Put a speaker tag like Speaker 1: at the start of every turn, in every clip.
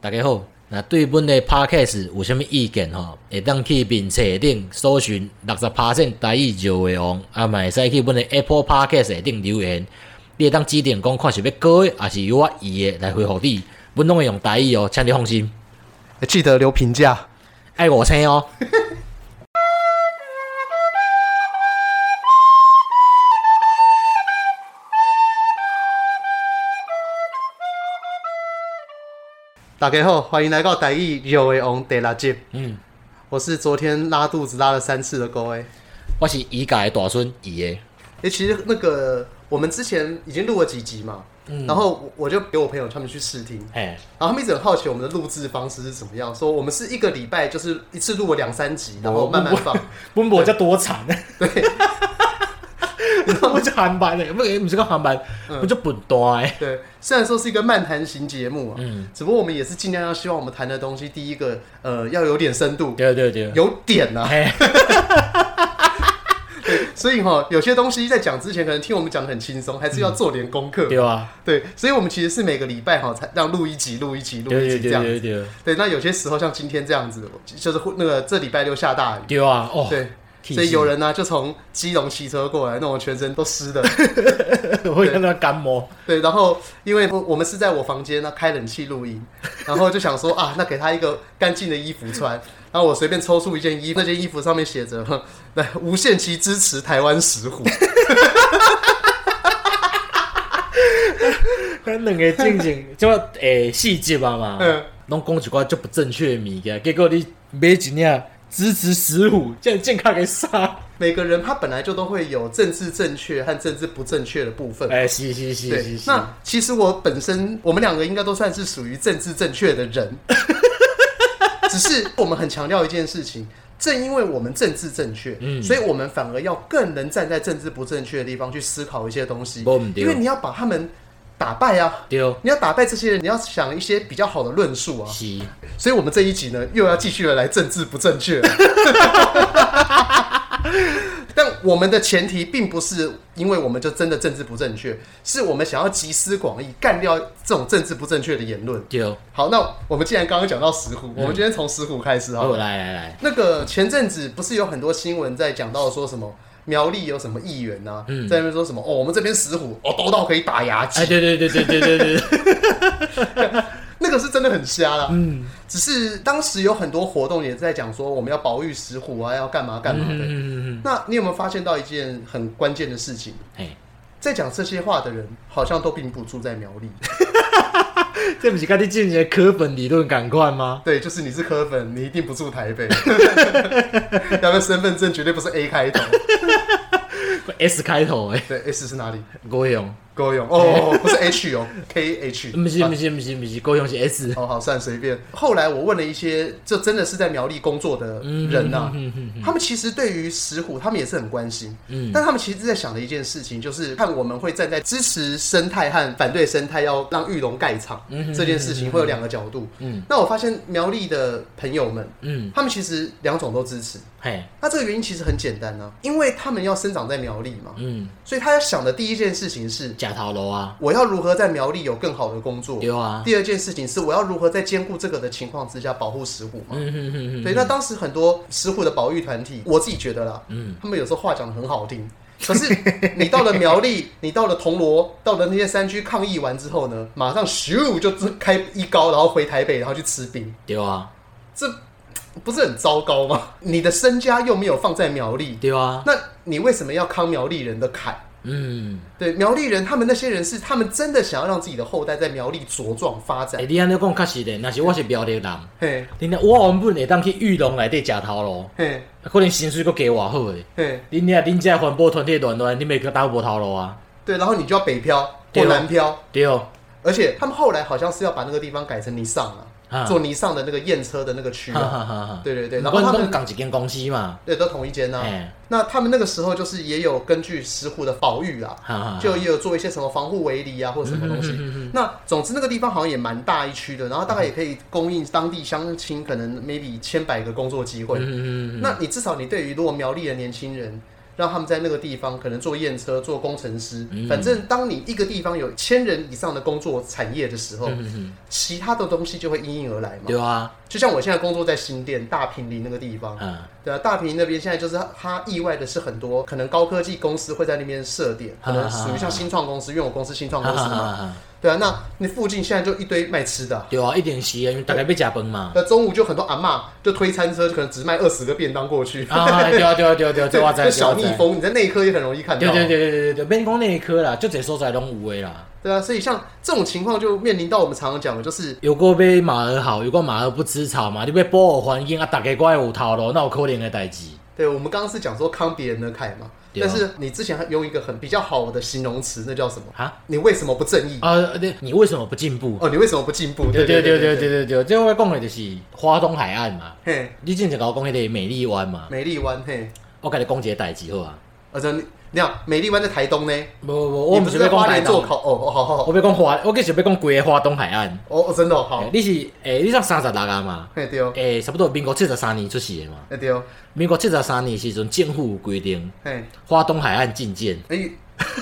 Speaker 1: 大家好，那对本的 podcast 有啥物意见吼？会当去面册顶搜寻六十 percent 台语就会王，啊，嘛会使去本的 Apple podcast 下顶留言，你会当指定讲看是要改的，还是由我伊的来回复你，阮拢会用台语哦，请你放心，
Speaker 2: 记得留评价。
Speaker 1: 爱五星 哦。
Speaker 2: 大家好，欢迎来到台艺有为王第六集。
Speaker 1: 嗯，
Speaker 2: 我是昨天拉肚子拉了三次的各位。
Speaker 1: 我是伊家的大孙伊的，
Speaker 2: 诶、其实那个我们之前已经录了几集嘛，然后我我就给我朋友他们去试听，
Speaker 1: 嘿，
Speaker 2: 然后他们一直很好奇我们的录制方式是怎么样，说我们是一个礼拜就是一次录了两三集，然后慢慢放。
Speaker 3: 本无才多惨， 对，我就韩版的，
Speaker 1: 不，毋是讲航班，
Speaker 2: 嗯
Speaker 1: 我就笨蛋诶。
Speaker 2: 对，虽然说是一个漫谈型节目啊，
Speaker 1: 嗯
Speaker 2: 只不过我们也是尽量要希望我们谈的东西，第一个呃要有点深度，
Speaker 1: 对对对，
Speaker 2: 有点啊，
Speaker 1: 嘿，
Speaker 2: 所以哈、有些东西在讲之前，可能听我们讲的很轻松，还是要做点功课。
Speaker 1: 对啊，
Speaker 2: 对，所以我们其实是每个礼拜哈、才让录一集、录一集、录
Speaker 1: 对
Speaker 2: 一
Speaker 1: 对
Speaker 2: 集这
Speaker 1: 对
Speaker 2: 样。
Speaker 1: 对对
Speaker 2: 对，那有些时候像今天这样子，就是忽那个这礼拜六下大雨，
Speaker 1: 对啊，哦，
Speaker 2: 对，
Speaker 1: 气
Speaker 2: 所以
Speaker 1: 死
Speaker 2: 有人呢、就从基隆骑车过来，弄我全身都湿的。
Speaker 1: 我会让他感冒。
Speaker 2: 对，然后因为我们是在我房间那开冷气录音，然后就想说啊，那给他一个干净的衣服穿。然后我随便抽出一件衣服，那件衣服上面写着 哼“来无限期支持台湾石虎”。
Speaker 1: 咱两个进 前即个诶细节啊嘛
Speaker 2: 嗯，
Speaker 1: 拢讲一寡足不正确的物件，结果你买一领支持石虎，这样健康给杀。
Speaker 2: 每个人他本来就都会有政治正确和政治不正确的部分。
Speaker 1: 诶，是是哎是
Speaker 2: 对
Speaker 1: 是，是，
Speaker 2: 那其实我本身，我们两个应该都算是属于政治正确 的人，只是我们很强调一件事情，正因为我们政治正确，
Speaker 1: 嗯
Speaker 2: 所以我们反而要更能站在政治不正确的地方去思考一些东西
Speaker 1: 没问，题
Speaker 2: 因为你要把他们打败啊，
Speaker 1: 对，
Speaker 2: 你要打败这些人，你要想一些比较好的论述啊。
Speaker 1: 是
Speaker 2: 所以我们这一集呢，又要继续的来政治不正 确。但我们的前提并不是因为我们就真的政治不正确，是我们想要集思广益，干掉这种政治不正确的言论。
Speaker 1: 对。
Speaker 2: 好，那我们既然刚刚讲到石虎，我们今天从石虎开始
Speaker 1: 嗯
Speaker 2: 好
Speaker 1: 好，
Speaker 2: 了。
Speaker 1: 来来来，
Speaker 2: 那个前阵子不是有很多新闻在讲到说什么苗栗有什么议员呐、
Speaker 1: 嗯
Speaker 2: 在那边说什么哦，我们这边石虎哦多到可以打牙祭
Speaker 1: 哎，，对对对对对对 对，嗯
Speaker 2: 那个是真的很瞎啦。嗯，只是当时有很多活动也在讲说我们要保育石虎啊，要干嘛干嘛的。
Speaker 1: 嗯嗯嗯，
Speaker 2: 那你有没有发现到一件很关键的事情？
Speaker 1: 嘿，
Speaker 2: 在讲这些话的人，好像都并不住在苗栗。
Speaker 1: 这不是跟你进前科本理论感款吗？
Speaker 2: 对，就是你是科粉，你一定不住台北。 要不然身份证绝对不是 A 开头，
Speaker 1: S 开头诶，
Speaker 2: 对，S 是哪里？
Speaker 1: 高雄，
Speaker 2: 高雄哦，不是 H 哦，K H。
Speaker 1: 不是
Speaker 2: 啊
Speaker 1: 不是不是不是，高雄是 S，
Speaker 2: 哦，好，算随便。后来我问了一些，就真的是在苗栗工作的人呐、啊他们其实对于石虎，他们也是很关心。
Speaker 1: 嗯
Speaker 2: 但他们其实在想的一件事情，就是看我们会站在支持生态和反对生态，要让玉龙盖厂、这件事情，会有两个角度。
Speaker 1: 嗯
Speaker 2: 那我发现苗栗的朋友们，
Speaker 1: 嗯，
Speaker 2: 他们其实两种都支持。
Speaker 1: 嘿，
Speaker 2: 那这个原因其实很简单啊，因为他们要生长在苗栗嘛，
Speaker 1: 嗯，
Speaker 2: 所以他要想的第一件事情是，
Speaker 1: 假头路啊，
Speaker 2: 我要如何在苗栗有更好的工作。
Speaker 1: 对啊，
Speaker 2: 第二件事情是，我要如何在兼顾这个的情况之下保护石虎嘛？
Speaker 1: 嗯嗯嗯嗯，
Speaker 2: 对，那当时很多石虎的保育团体，我自己觉得啦，
Speaker 1: 嗯
Speaker 2: 他们有时候话讲的很好听，可是你到了苗栗， 你到了铜锣，到了那些山区抗议完之后呢，马上咻就自开一高，然后回台北，然后去吃冰，
Speaker 1: 对啊，
Speaker 2: 这不是很糟糕吗？你的身家又没有放在苗栗，
Speaker 1: 对啊，
Speaker 2: 那你为什么要扛苗栗人的坎？
Speaker 1: 嗯。
Speaker 2: 对，苗栗人他们那些人是他们真的想要让自己的后代在苗栗茁壮发展
Speaker 1: 欸，。你安尼讲确实的，若是我是苗栗人，
Speaker 2: 嘿，
Speaker 1: 恁若我原本会当去玉龙内底食头路，啊
Speaker 2: 嘿，
Speaker 1: 可能薪水佫加偌好诶。
Speaker 2: 嘿，
Speaker 1: 恁遐恁遮环保团体乱乱，恁袂去打无头路啊？
Speaker 2: 对，然后你就要北漂或
Speaker 1: 对哦
Speaker 2: 南漂，
Speaker 1: 对，
Speaker 2: 而且他们后来好像是要把那个地方改成泥上了、
Speaker 1: 啊
Speaker 2: 做泥上的那个验车的那个区
Speaker 1: 哈
Speaker 2: 啊。
Speaker 1: 哈哈 哈。
Speaker 2: 对对对，然后他
Speaker 1: 阮拢
Speaker 2: 们
Speaker 1: 共一间公司嘛，
Speaker 2: 对都同一间呐、啊
Speaker 1: 哎，
Speaker 2: 那他们那个时候就是也有根据石虎的保育啊，
Speaker 1: 哈哈，
Speaker 2: 就也有做一些什么防护围篱啊，或者什么
Speaker 1: 嗯
Speaker 2: 东西。那总之那个地方好像也蛮大一区的，然后大概也可以供应当地乡亲可能 maybe 千百个工作机会。
Speaker 1: 嗯嗯嗯嗯，
Speaker 2: 那你至少你对于如果苗栗的年轻人，让他们在那个地方可能做验车、做工程师。
Speaker 1: 嗯
Speaker 2: 反正当你一个地方有千人以上的工作产业的时
Speaker 1: 嗯
Speaker 2: 候，其他的东西就会应运而来嘛。
Speaker 1: 对啊，
Speaker 2: 就像我现在工作在新店大平林那个地方，
Speaker 1: 嗯
Speaker 2: 对啊，大平那边现在就是它意外的是很多可能高科技公司会在那边设点，可能属于像新创公司，因为我公司新创
Speaker 1: 啊
Speaker 2: 公司
Speaker 1: 啊啊
Speaker 2: 嘛，
Speaker 1: 啊，
Speaker 2: 对啊，那你附近现在就一堆卖吃的啊、
Speaker 1: 对啊，一定是啊，因为大家要食饭嘛。
Speaker 2: 那中午就很多阿嬷就推餐车，可能只卖二十个便当过 去。
Speaker 1: 啊，对啊，对啊，对啊，对啊，这我知，
Speaker 2: 就小
Speaker 1: 这
Speaker 2: 蜜
Speaker 1: 我知。
Speaker 2: 蜂，你在内科也很容易看到。
Speaker 1: 对对对对对对，免讲那一科啦，就这所在拢有诶啦。
Speaker 2: 对啊，所以像这种情况就面临到我们常常讲的，就是
Speaker 1: 有个要马儿好，有个马儿不吃草嘛，你要保护环境啊，大家乖有头路，那有可能的代志。
Speaker 2: 对我们刚刚是讲说康别人的凯嘛，
Speaker 1: 对啊
Speaker 2: 但是你之前还用一个很比较好的形容词，那叫什么？
Speaker 1: 啊
Speaker 2: 你为什么不正义？
Speaker 1: 啊，对你为什么不进步？
Speaker 2: 哦，你为什么不进步？
Speaker 1: 对对对
Speaker 2: 对
Speaker 1: 对对对对，这我要讲的就是花东海岸嘛。
Speaker 2: 嘿，
Speaker 1: 你之前甲我讲迄个美丽湾嘛，
Speaker 2: 美丽湾，嘿，
Speaker 1: 我甲你讲一个代志好啊。
Speaker 2: 而且你你看美丽湾在台东呢，
Speaker 1: 无无，哦我
Speaker 2: 你
Speaker 1: 毋
Speaker 2: 不
Speaker 1: 是
Speaker 2: 是
Speaker 1: 要
Speaker 2: 在
Speaker 1: 讲
Speaker 2: 花
Speaker 1: 台
Speaker 2: 莲做
Speaker 1: 东，
Speaker 2: 考哦，哦好好好，
Speaker 1: 我要讲花，我计是要讲规个花东海岸。
Speaker 2: 哦哦，真的哦
Speaker 1: 欸
Speaker 2: 好，
Speaker 1: 你是诶、欸你上三十六啊嘛？
Speaker 2: 嘿对哦，
Speaker 1: 诶、差不多民国七十三年出世的嘛。
Speaker 2: 嘿对哦，
Speaker 1: 民国七十三年时阵，政府有规定，
Speaker 2: 嘿，
Speaker 1: 花东海岸禁建。
Speaker 2: 哎，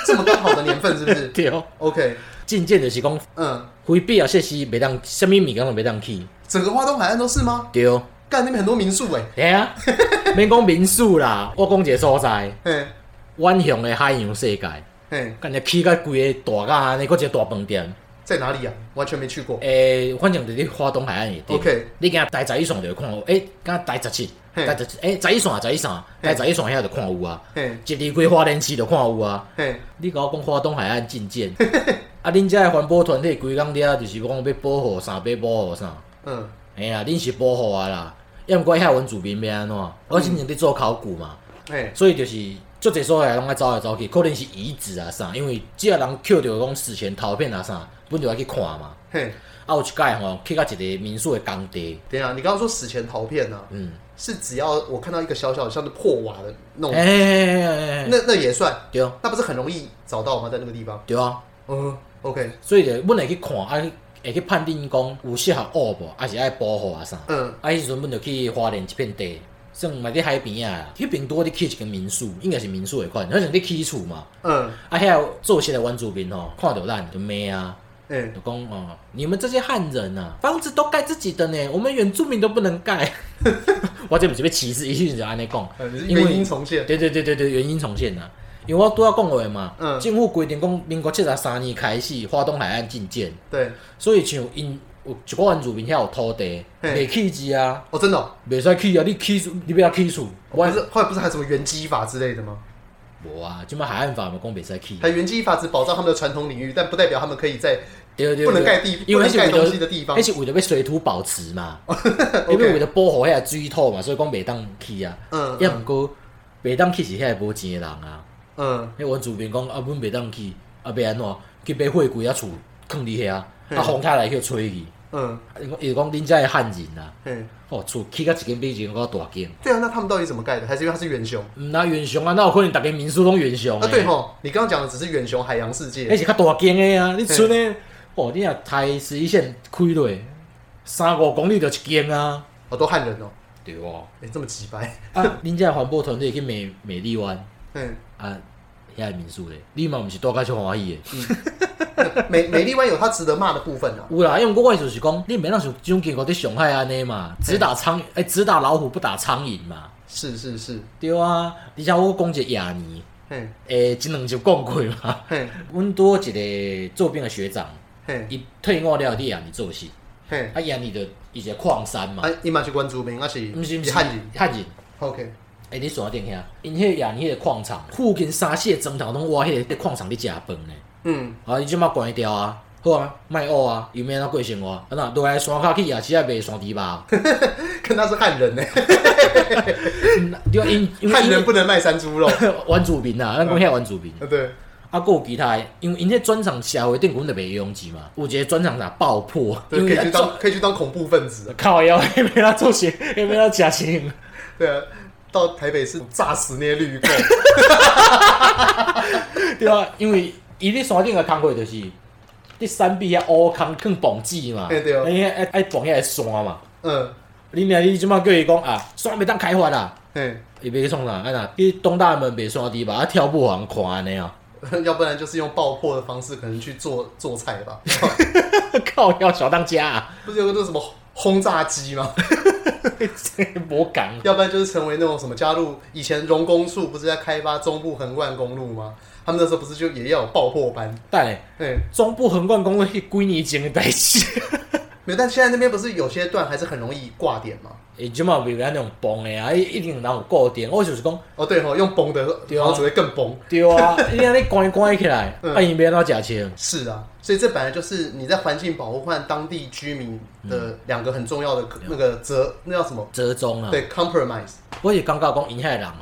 Speaker 2: 这么刚好的年份是 不是
Speaker 1: 对，哦
Speaker 2: ？OK，
Speaker 1: 禁建就是讲
Speaker 2: 嗯，
Speaker 1: 非必要设施袂当，什物物件都袂当去。
Speaker 2: 整个花东海岸都是吗？
Speaker 1: 对，
Speaker 2: 干那边很多民宿哎，
Speaker 1: 嘿 啊，免讲民宿啦，我讲一个所在，
Speaker 2: 嘿，
Speaker 1: 远雄的海洋世界，
Speaker 2: 嘿，
Speaker 1: 干只起甲规个大甲安尼，搁一个大饭店。
Speaker 2: 在哪里啊？完全没去
Speaker 1: 哎
Speaker 2: 过。
Speaker 1: 诶、反正就是花东海岸里底。
Speaker 2: OK
Speaker 1: 你今台十一线就看有，诶、欸，敢台十七，
Speaker 2: 嘿
Speaker 1: 台十七，诶、十一线啊十一线，台十一线遐就看有啊，
Speaker 2: 嘿，
Speaker 1: 一离开花莲市就看有啊。
Speaker 2: 嘿，
Speaker 1: 你甲我讲花东海岸禁 建，啊，恁遮的环保团体规工了，就是讲要保护啥，要保护啥，
Speaker 2: 嗯，
Speaker 1: 哎呀，恁是保护啊啦，要毋过遐原住民要安怎？我之前伫做考古嘛，
Speaker 2: 嘿，
Speaker 1: 所以就是。足侪所在拢爱走来走去，可能是遗址啊啥，因为只要人捡着讲死前陶片啊啥，本就爱去看嘛。
Speaker 2: 嘿，
Speaker 1: 啊，有一届吼，去到一个民宿的工地，
Speaker 2: 等一下，你刚刚说死前陶片呢、啊？
Speaker 1: 嗯，
Speaker 2: 是只要我看到一个小小的像是破瓦的那
Speaker 1: 哎、
Speaker 2: 种，
Speaker 1: 欸，
Speaker 2: 哦那那也算，
Speaker 1: 对
Speaker 2: 那不是很容易找到吗？在那个地方？
Speaker 1: 对啊，
Speaker 2: 嗯，OK，
Speaker 1: 所以就阮会去看，啊，会去判定讲有适合学无，还是爱保护啊啥。
Speaker 2: 嗯，
Speaker 1: 啊，迄时阵阮就去花莲一片地，算嘛伫海边啊，迄边多伫起一间民宿，应该是民宿的款，反正伫起厝嘛。
Speaker 2: 嗯，
Speaker 1: 啊，遐有做些的原住民吼，看到咱就骂啊，
Speaker 2: 哎、
Speaker 1: 就讲哦，你们这些汉人啊，房子都盖自己的呢，我们原住民都不能盖。 我这不是要歧视，伊就是安尼讲
Speaker 2: 呃，你是，
Speaker 1: 因为
Speaker 2: 原因重现，
Speaker 1: 对对对对对，原因重现呐、因为我拄要讲过的嘛，
Speaker 2: 嗯
Speaker 1: 政府规定讲民国七十三年开始，华东海岸禁建，
Speaker 2: 对，
Speaker 1: 所以像因有一个原住民遐有土地，
Speaker 2: 嘿
Speaker 1: 袂起字啊，
Speaker 2: 哦，真的、哦，
Speaker 1: 袂使起啊，你起厝你不要起厝，
Speaker 2: 不
Speaker 1: 我
Speaker 2: 是后来不是还有什么原基法之类的吗？
Speaker 1: 无啊，即摆海岸法嘛讲袂使起，
Speaker 2: 还原基法只保障他们的传统领域，但不代表他们可以在
Speaker 1: 对对对，
Speaker 2: 不能盖地
Speaker 1: 因为那是为
Speaker 2: 不能盖东
Speaker 1: 了
Speaker 2: 西的地方
Speaker 1: 那是为了要水土保持 嘛，因为为了保护遐水土嘛，所以讲袂当起啊，
Speaker 2: 嗯
Speaker 1: 要毋过袂当起是遐无钱的人啊。
Speaker 2: 嗯
Speaker 1: 迄阮主编讲啊，阮袂当去，啊，要安怎去买货柜啊厝，囥伫遐，啊，
Speaker 2: 嗯
Speaker 1: 风太来去吹去。
Speaker 2: 嗯
Speaker 1: 啊伊讲伊讲恁遮的汉人啊，
Speaker 2: 嗯，
Speaker 1: 哦，厝起甲一间比一间较大间。
Speaker 2: 对啊，那他们到底怎么盖的？还是因为他是远雄？
Speaker 1: 毋那远雄啊，那有可能逐个民宿拢远雄
Speaker 2: 啊，对
Speaker 1: 吼，
Speaker 2: 吼，你刚刚讲的只是远雄海洋世界
Speaker 1: 迄，是较大间的啊，你村的，哦，你若台十一线开落，三五公里就一间啊。
Speaker 2: 好多汉人哦，
Speaker 1: 对哦，
Speaker 2: 哎，这么几白，
Speaker 1: 啊，恁遮的环保团队去美美丽湾
Speaker 2: 嗯。
Speaker 1: 啊，遐的民宿咧，你嘛毋是住甲足欢喜的。
Speaker 2: 美美丽湾有它值得骂的部分啊。
Speaker 1: 有啦，因为我的意思是讲，你免当像种经过伫上海安尼嘛，只打苍诶、只打老虎不打苍蝇嘛，
Speaker 2: 是是是，
Speaker 1: 对啊。而且我讲一个亚尼，
Speaker 2: 嘿，
Speaker 1: 诶、即两集讲过嘛。
Speaker 2: 嘿，
Speaker 1: 阮拄好一个做兵的学长，
Speaker 2: 嘿，
Speaker 1: 伊退伍了伫亚尼做事，
Speaker 2: 嘿，
Speaker 1: 啊亚尼就伊一个矿山嘛
Speaker 2: 啊，，伊嘛是关注民，啊是
Speaker 1: 毋是毋
Speaker 2: 是
Speaker 1: 是
Speaker 2: 汉人。
Speaker 1: 汉人。
Speaker 2: OK，
Speaker 1: 诶、你山顶遐，因迄亚尼迄个矿场附近三四个钟头拢挖迄个矿场伫食饭呢，
Speaker 2: 嗯，
Speaker 1: 啊，伊即马关掉啊。好啊，卖乌啊，有免安怎过生活？啊那落来山骹去夜市啊 卖山猪肉，
Speaker 2: 看他是汉人呢，
Speaker 1: 嗯对啊，因因为
Speaker 2: 汉
Speaker 1: 因为
Speaker 2: 人不能卖山 猪肉。
Speaker 1: 原住民啊，咱讲遐原住民，
Speaker 2: 啊对，
Speaker 1: 啊，还有其他的，因为因迄专场社会顶阮就袂用钱嘛，有一个专场啥爆破，因为
Speaker 2: 对，可以去
Speaker 1: 他做
Speaker 2: 当可以去当恐怖分子啊。
Speaker 1: 靠腰，迄边他做 些，迄边他假钱，
Speaker 2: 对啊，到台北市炸死那些绿购。
Speaker 1: 对啊，因为伊咧山顶的工课就是，你山壁遐乌空囥棒子嘛，
Speaker 2: 嘿对哦
Speaker 1: 哎爱爱绑遐个山嘛，
Speaker 2: 嗯，
Speaker 1: 你娘你即马叫伊讲啊，山袂当开发啦，
Speaker 2: 嘿，
Speaker 1: 伊袂去创啥，啊若去东大门袂山猪吧，啊跳舞互人看安尼啊，
Speaker 2: 要不然就是用爆破的方式，可能去做做菜吧。
Speaker 1: 靠，要小当家啊，
Speaker 2: 不是有个那什么轰炸机吗？
Speaker 1: 无讲。
Speaker 2: 要不然就是成为那种什么加入以前荣工处不是在开发中部横贯公路吗？他们那时候不是就也要有爆破班？
Speaker 1: 但嘞，
Speaker 2: 对，
Speaker 1: 中部横贯公路迄几年前的代志，
Speaker 2: 没有，但现在那边不是有些段还是很容易挂点吗？
Speaker 1: 伊即马袂安那种崩的啊，伊一定有人有固定，我就是讲，
Speaker 2: 哦，对吼、哦，用崩的，
Speaker 1: 对啊
Speaker 2: 然后只会更崩。
Speaker 1: 对啊， 伊安尼关关起来，
Speaker 2: 嗯
Speaker 1: 啊伊要安怎食穿？
Speaker 2: 是啊，所以这本来就是你在环境保护和当地居民
Speaker 1: 嗯
Speaker 2: 的两个很重要的可那个责，那叫什么？
Speaker 1: 折中啊，
Speaker 2: 对，compromise。
Speaker 1: 我是感觉讲因遐人吼，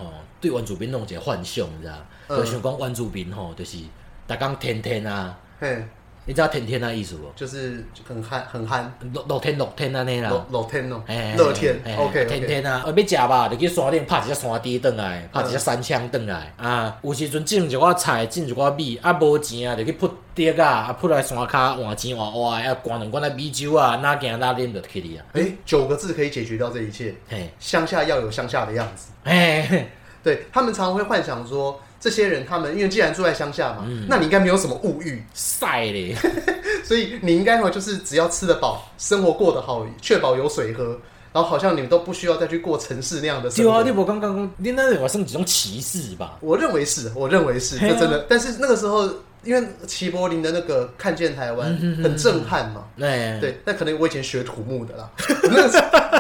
Speaker 1: 对原住民拢有一个幻想，你知道？
Speaker 2: 嗯
Speaker 1: 就想讲原住民吼，就是逐工天天啊，
Speaker 2: 嘿，
Speaker 1: 你知道天天啊意思无？
Speaker 2: 就是很憨很憨，
Speaker 1: 六六天六天安尼啦。
Speaker 2: 露露天哦
Speaker 1: 嘿，
Speaker 2: 乐天
Speaker 1: 嘿嘿
Speaker 2: ，OK
Speaker 1: 哎天
Speaker 2: OK，
Speaker 1: 天啊，呃要食吧，就去山顶拍一只山猪转来，拍一只山枪转来啊。有时阵种一寡菜，种一寡米，啊无钱啊，就去扑竹啊，啊扑来山骹换钱换换的，啊灌两罐仔米酒啊，哪行哪啉就去哩啊。
Speaker 2: 哎，九个字可以解决掉这一切。
Speaker 1: 嘿，
Speaker 2: 乡下要有乡下的样子。
Speaker 1: 嘿嘿，
Speaker 2: 对他们常常会幻想说，这些人他们因为既然住在乡下嘛，
Speaker 1: 嗯
Speaker 2: 那你应该没有什么物欲，
Speaker 1: 晒 咧，
Speaker 2: 所以你应该哦就是只要吃得饱，生活过得好，确保有水喝，然后好像你们都不需要再去过城市那样的生
Speaker 1: 对啊，你
Speaker 2: 活。
Speaker 1: 无感觉讲，你那有算一种歧视吧？
Speaker 2: 我认为是，我认为是，
Speaker 1: 嘿啊
Speaker 2: 这真的。但是那个时候，因为齐柏林的那个《看见台湾》
Speaker 1: 嗯
Speaker 2: 很震撼嘛。
Speaker 1: 哎，
Speaker 2: 对，但可能我以前学土木的 啦。我那时候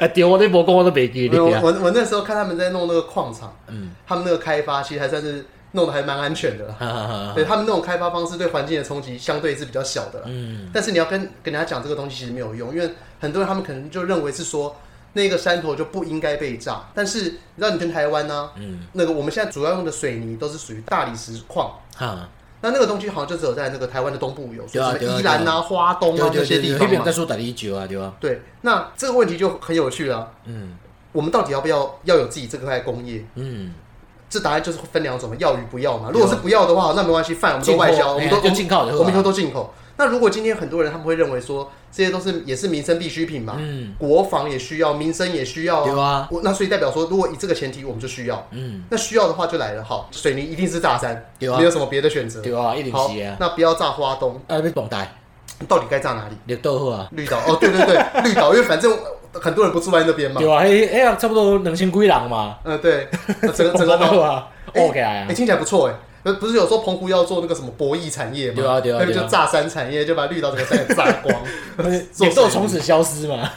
Speaker 1: 啊对，我你无讲我都袂记
Speaker 2: 没有
Speaker 1: 你
Speaker 2: 我
Speaker 1: 啊。
Speaker 2: 我我那时候看他们在弄那个矿场，
Speaker 1: 嗯，
Speaker 2: 他们那个开发其实还算是弄得还蛮安全的啦。
Speaker 1: 哈哈哈哈
Speaker 2: 对他们那种开发方式对环境的冲击相对是比较小的啦。
Speaker 1: 嗯，
Speaker 2: 但是你要跟跟人家讲这个东西其实没有用，因为很多人他们可能就认为是说那个山头就不应该被炸，但是你知道你全台湾呢、
Speaker 1: 嗯，
Speaker 2: 那个我们现在主要用的水泥都是属于大理石矿。
Speaker 1: 哈，
Speaker 2: 那那个东西好像就只有在那个台湾的东部有，
Speaker 1: 对啊
Speaker 2: 所以
Speaker 1: 对
Speaker 2: 什
Speaker 1: 啊
Speaker 2: 么宜兰
Speaker 1: 对
Speaker 2: 啊、花东啊这些地
Speaker 1: 那
Speaker 2: 方
Speaker 1: 边
Speaker 2: 嘛
Speaker 1: 在。说大理酒啊，对啊，
Speaker 2: 对，那这个问题就很有趣了、
Speaker 1: 嗯
Speaker 2: 我们到底要不要要有自己这块工业？
Speaker 1: 嗯，
Speaker 2: 这答案就是分两种嘛，要与不要嘛。如果是不要的话，那没关系，饭我们都外销，我们都
Speaker 1: 啊就进口就好啊
Speaker 2: 我们以后都进口。那如果今天很多人他们会认为说这些都是也是民生必需品嘛，
Speaker 1: 嗯
Speaker 2: 国防也需要，民生也需要、
Speaker 1: 对啊
Speaker 2: 我那所以代表说，如果以这个前提，我们就需要。
Speaker 1: 嗯，
Speaker 2: 那需要的话就来了，好，水泥一定是炸山，
Speaker 1: 对啊
Speaker 2: 没有什么别的选择。
Speaker 1: 对啊，一定
Speaker 2: 好
Speaker 1: 是啊，。
Speaker 2: 那不要炸花东，
Speaker 1: 啊，要放大，
Speaker 2: 到底该炸哪里？
Speaker 1: 绿豆好啊，
Speaker 2: 绿岛哦，对对对， 绿岛，因为反正很多人不住在那边嘛
Speaker 1: 对。啊，迄迄个差不多两千几人嘛，
Speaker 2: 嗯、对，整个整个岛
Speaker 1: 好啊，
Speaker 2: 哎
Speaker 1: 哦起来
Speaker 2: 哎、
Speaker 1: 啊，
Speaker 2: 听起来不错哎、呃不是有说澎湖要做那个什么博弈产业吗？
Speaker 1: 对啊对啊
Speaker 2: 那个
Speaker 1: 对啊
Speaker 2: 就炸山产业，就把绿岛整个山给炸 光，哎做
Speaker 1: 绿
Speaker 2: 生
Speaker 1: 豆
Speaker 2: 意
Speaker 1: 从此消失嘛，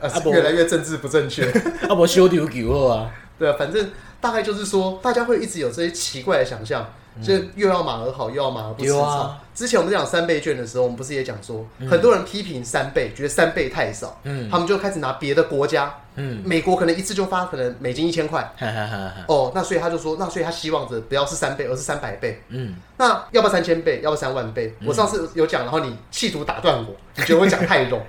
Speaker 2: 呃
Speaker 1: 啊不
Speaker 2: 越来越政治不正确。
Speaker 1: 啊无小丢球好啊，
Speaker 2: 对啊，反正大概就是说，大家会一直有这些奇怪的想象，就又要马儿好，又要马儿不吃
Speaker 1: 嗯有
Speaker 2: 草。
Speaker 1: 啊
Speaker 2: 之前我们讲三倍券的时候，我们不是也讲说，很多人批评三倍，觉得三倍太少，
Speaker 1: 嗯
Speaker 2: 他们就开始拿别的国家，
Speaker 1: 嗯，
Speaker 2: 美国可能一次就发可能美金一千块，
Speaker 1: 哈哈哈哈，
Speaker 2: 哦，那所以他就说，那所以他希望着不要是三倍，而是三百倍。
Speaker 1: 嗯，
Speaker 2: 那要不要三千倍？要不要三万倍？我上次有讲，然后你企图打断我，你觉得我讲太冗。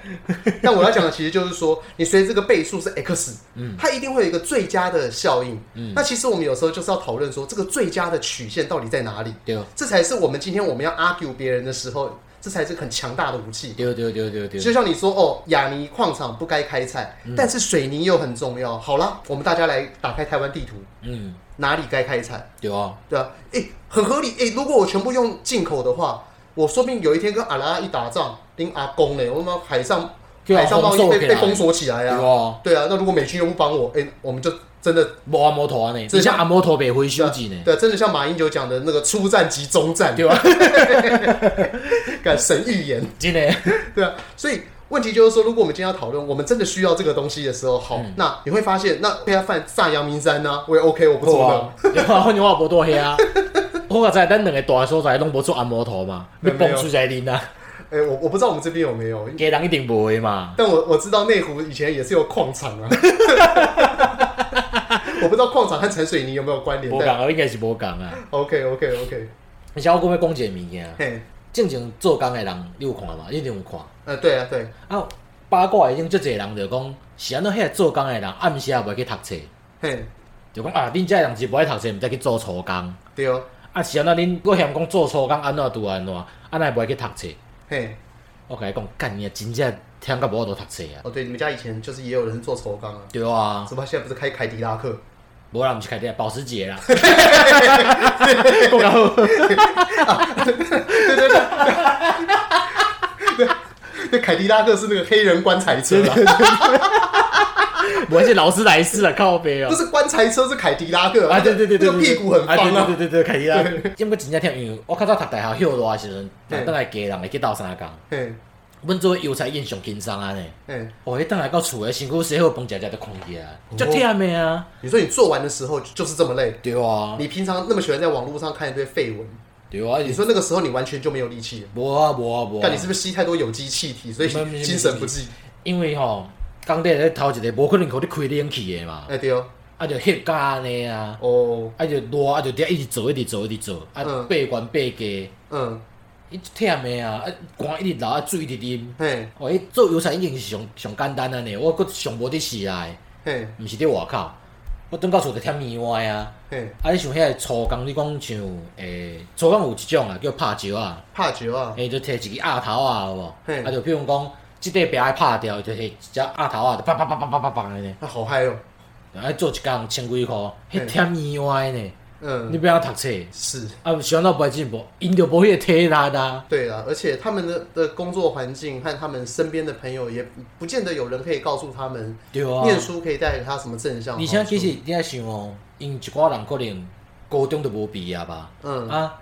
Speaker 2: 但我要讲的其实就是说，你随着这个倍数是 x，它一定会有一个最佳的效应。
Speaker 1: 嗯
Speaker 2: 那其实我们有时候就是要讨论说，这个最佳的曲线到底在哪里？
Speaker 1: 对
Speaker 2: 这才是我们今天我们要 argue 别人的时候，这才是很强大的武器。
Speaker 1: 对对对对对，
Speaker 2: 就像你说哦，亚泥矿场不该开采，但是水泥又很重要。好啦，我们大家来打开台湾地图，
Speaker 1: 嗯，
Speaker 2: 哪里该开采？
Speaker 1: 对啊，
Speaker 2: 对啊，诶、很合理。诶、如果我全部用进口的话，我说不定有一天跟阿拉一打仗，跟阿公嘞，我们海上
Speaker 1: 对啊
Speaker 2: 海上贸易
Speaker 1: 封锁
Speaker 2: 被
Speaker 1: 起来
Speaker 2: 被封锁起来
Speaker 1: 对
Speaker 2: 啊。
Speaker 1: 啊，
Speaker 2: 对啊，那如果美军又不帮我，诶、我们就真的
Speaker 1: 无按摩头啊呢，
Speaker 2: 这
Speaker 1: 你像按摩头被回收钱呢，
Speaker 2: 对啊、真的像马英九讲的那个初战及终战，
Speaker 1: 对啊，
Speaker 2: 敢神预言，
Speaker 1: 真的，
Speaker 2: 对啊。所以问题就是说，如果我们今天要讨论，我们真的需要这个东西的时候，好，
Speaker 1: 嗯
Speaker 2: 那你会发现，那被他犯炸阳明山呢、啊我也 OK，我不做的。
Speaker 1: 啊， 对啊，反正我无多遐。我知咱两个大的所在拢无做按摩头嘛，要
Speaker 2: 没有
Speaker 1: 蹦出来恁啊，
Speaker 2: 诶、我我不知道我们这边有没有，
Speaker 1: 家人一定无的嘛。
Speaker 2: 但我我知道内湖以前也是有矿场 啊，我不知道矿场和陈水泥有没有关联。
Speaker 1: 无共
Speaker 2: 但
Speaker 1: 啊，应该是无共啊。
Speaker 2: OK OK OK，
Speaker 1: 而且我讲要讲一个物件，啊
Speaker 2: 嘿，
Speaker 1: 正经做工的人，你有看嘛？你一定有看。
Speaker 2: 呃，对啊对，
Speaker 1: 啊，八卦已经足侪人就讲，是安怎遐做工的人暗时也袂去读册，
Speaker 2: 嘿，
Speaker 1: 就讲啊，恁遮人是无爱读册，毋知去做粗工。
Speaker 2: 对哦，
Speaker 1: 啊，是安怎恁我嫌啊讲做粗工安怎拄安怎，安怎袂去读册？
Speaker 2: 嘿，
Speaker 1: 我甲你讲，干你啊，真正听到无法度读册啊。
Speaker 2: 哦，对，你们家以前就是也有人做抽钢啊，
Speaker 1: 对啊，
Speaker 2: 只不过现在不是开凯迪拉克
Speaker 1: 无啦，毋是开店，保时捷啦。
Speaker 4: 然后
Speaker 2: 对，凯迪拉克是那个黑人棺材车啊啦，
Speaker 1: 我是劳斯莱斯啊，靠背哦
Speaker 2: 不。是棺材车，是凯迪拉克
Speaker 4: 啊，对对对对，
Speaker 2: 那个屁股很方
Speaker 4: 啊，对
Speaker 2: 啊，
Speaker 4: 对对对，可以啊。
Speaker 1: 因为真正听，因为我较早读大学休热的时阵，
Speaker 2: 嘿
Speaker 1: 等来家人会去斗相共。
Speaker 2: 嘿，
Speaker 1: 阮做油菜印象轻松啊呢。
Speaker 2: 嘿，
Speaker 1: 哦，迄等来到厝诶，身躯洗好饭食食就空去啊，
Speaker 2: 哦
Speaker 1: 足忝诶啊。
Speaker 2: 你说你做完的时候就是这么累，
Speaker 1: 对啊，
Speaker 2: 你平常那么喜欢在网络上看一堆绯闻，
Speaker 1: 对啊，
Speaker 2: 你
Speaker 1: 你说
Speaker 2: 说那个时候你完全就没有力气了，
Speaker 1: 无啊无啊无啊
Speaker 2: 但你，是不是吸太多有机气体，所以
Speaker 1: 没有没有没有
Speaker 2: 精神不济？
Speaker 1: 因为吼，工地咧头一个无可能互你开冷气诶嘛，
Speaker 2: 哎，对哦，
Speaker 1: 啊就翕甲安尼啊，
Speaker 2: 哦，
Speaker 1: 啊就热啊就伫一直做一直做一直做，啊
Speaker 2: 嗯
Speaker 1: 爬悬爬低，
Speaker 2: 嗯，
Speaker 1: 伊足忝诶啊，啊汗一直流啊水一直啉。
Speaker 2: 嘿，
Speaker 1: 哦，伊做油菜已经是上上简单啊呢，我阁上无伫室内，
Speaker 2: 嘿，
Speaker 1: 毋是伫外口。我转到厝就忝面歪啊。
Speaker 2: 嘿，
Speaker 1: 啊，你像遐个粗工，你讲像诶，粗工有一种啊，叫拍石啊，
Speaker 2: 怕绝啊，
Speaker 1: 伊就摕一个鸭头啊，有无？
Speaker 2: 嘿
Speaker 1: 啊，就比如讲，即块壁爱拍掉，就摕一只鸭头啊，就啪啪啪啪啪啪啪安尼，
Speaker 2: 那好嗨哦，
Speaker 1: 啊，做一工千几箍，
Speaker 2: 嘿
Speaker 1: 迄忝面歪呢。你
Speaker 2: 嗯，
Speaker 1: 要安怎读册？
Speaker 2: 是。
Speaker 1: 啊，想到白进步，因就无迄个体力啊。
Speaker 2: 对啦，而且他们的的工作环境和他们身边的朋友也不见得有人可以告诉他们，
Speaker 1: 对啊。
Speaker 2: 念书可以带给他什么正向好
Speaker 1: 而
Speaker 2: 处。
Speaker 1: 且其实你爱想哦，因一寡人可能高中就无毕业吧，
Speaker 2: 嗯
Speaker 1: 啊，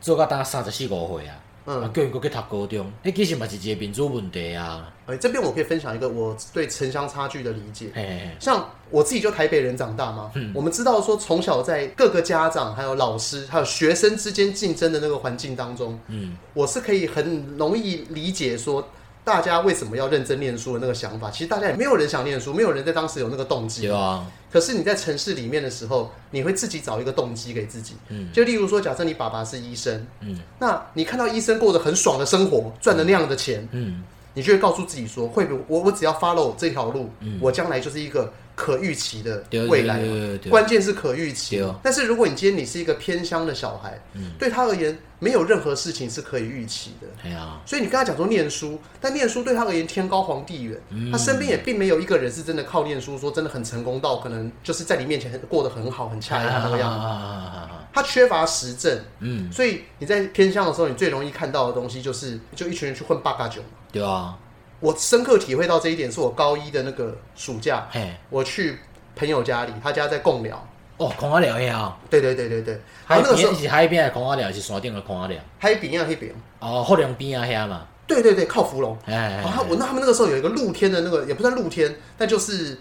Speaker 1: 做到当三十四五岁啊，
Speaker 2: 嗯
Speaker 1: 啊叫因搁去读高中，迄其实嘛是一个民主问题啊，
Speaker 2: 哎，这边我可以分享一个我对城乡差距的理解。
Speaker 1: 嘿嘿，
Speaker 2: 像我自己就台北人长大嘛，
Speaker 1: 嗯
Speaker 2: 我们知道说从小在各个家长、还有老师、还有学生之间竞争的那个环境当中，
Speaker 1: 嗯，
Speaker 2: 我是可以很容易理解说大家为什么要认真念书的那个想法。其实大家也没有人想念书，没有人在当时有那个动机。
Speaker 1: 对啊，
Speaker 2: 可是你在城市里面的时候，你会自己找一个动机给自己。就例如说，假设你爸爸是医生，
Speaker 1: 嗯
Speaker 2: 那你看到医生过得很爽的生活，赚了那样的钱，
Speaker 1: 嗯，
Speaker 2: 你就会告诉自己说，会不会我我只要 follow 这条路，我将来就是一个可预期的
Speaker 1: 对
Speaker 2: 未来
Speaker 1: 对对
Speaker 2: 嘛
Speaker 1: 对。对
Speaker 2: 关键是可预期
Speaker 1: 对哦。
Speaker 2: 但是如果你今天你是一个偏乡的小孩，对他而言，没有任何事情是可以预期的。
Speaker 1: 嘿啊，
Speaker 2: 所以你跟他讲说念书，但念书对他而言天高皇帝远，他身边也并没有一个人是真的靠念书说真的很成功到可能就是在你面前过得很好很恰当那个样子。
Speaker 1: 啊，
Speaker 2: 他缺乏实证，
Speaker 1: 嗯，
Speaker 2: 所以你在偏向的时候，你最容易看到的东西就是就一群人去混八嘎酒。
Speaker 1: 对啊，
Speaker 2: 我深刻体会到这一点，是我高一的那个暑假，
Speaker 1: 嘿，
Speaker 2: 我去朋友家里，他家在贡寮，
Speaker 1: 哦，空啊聊遐哦，
Speaker 2: 对对对对对，然
Speaker 1: 海
Speaker 2: 后那个时候
Speaker 1: 边是海边的空啊聊，是山顶的空啊聊，
Speaker 2: 还有饼啊黑饼，
Speaker 1: 哦，后梁边啊遐嘛，
Speaker 2: 对对对，靠芙蓉。
Speaker 1: 哎，
Speaker 2: 然后我那哦他们那个时候有一个露天的那个，也不算露天，但就是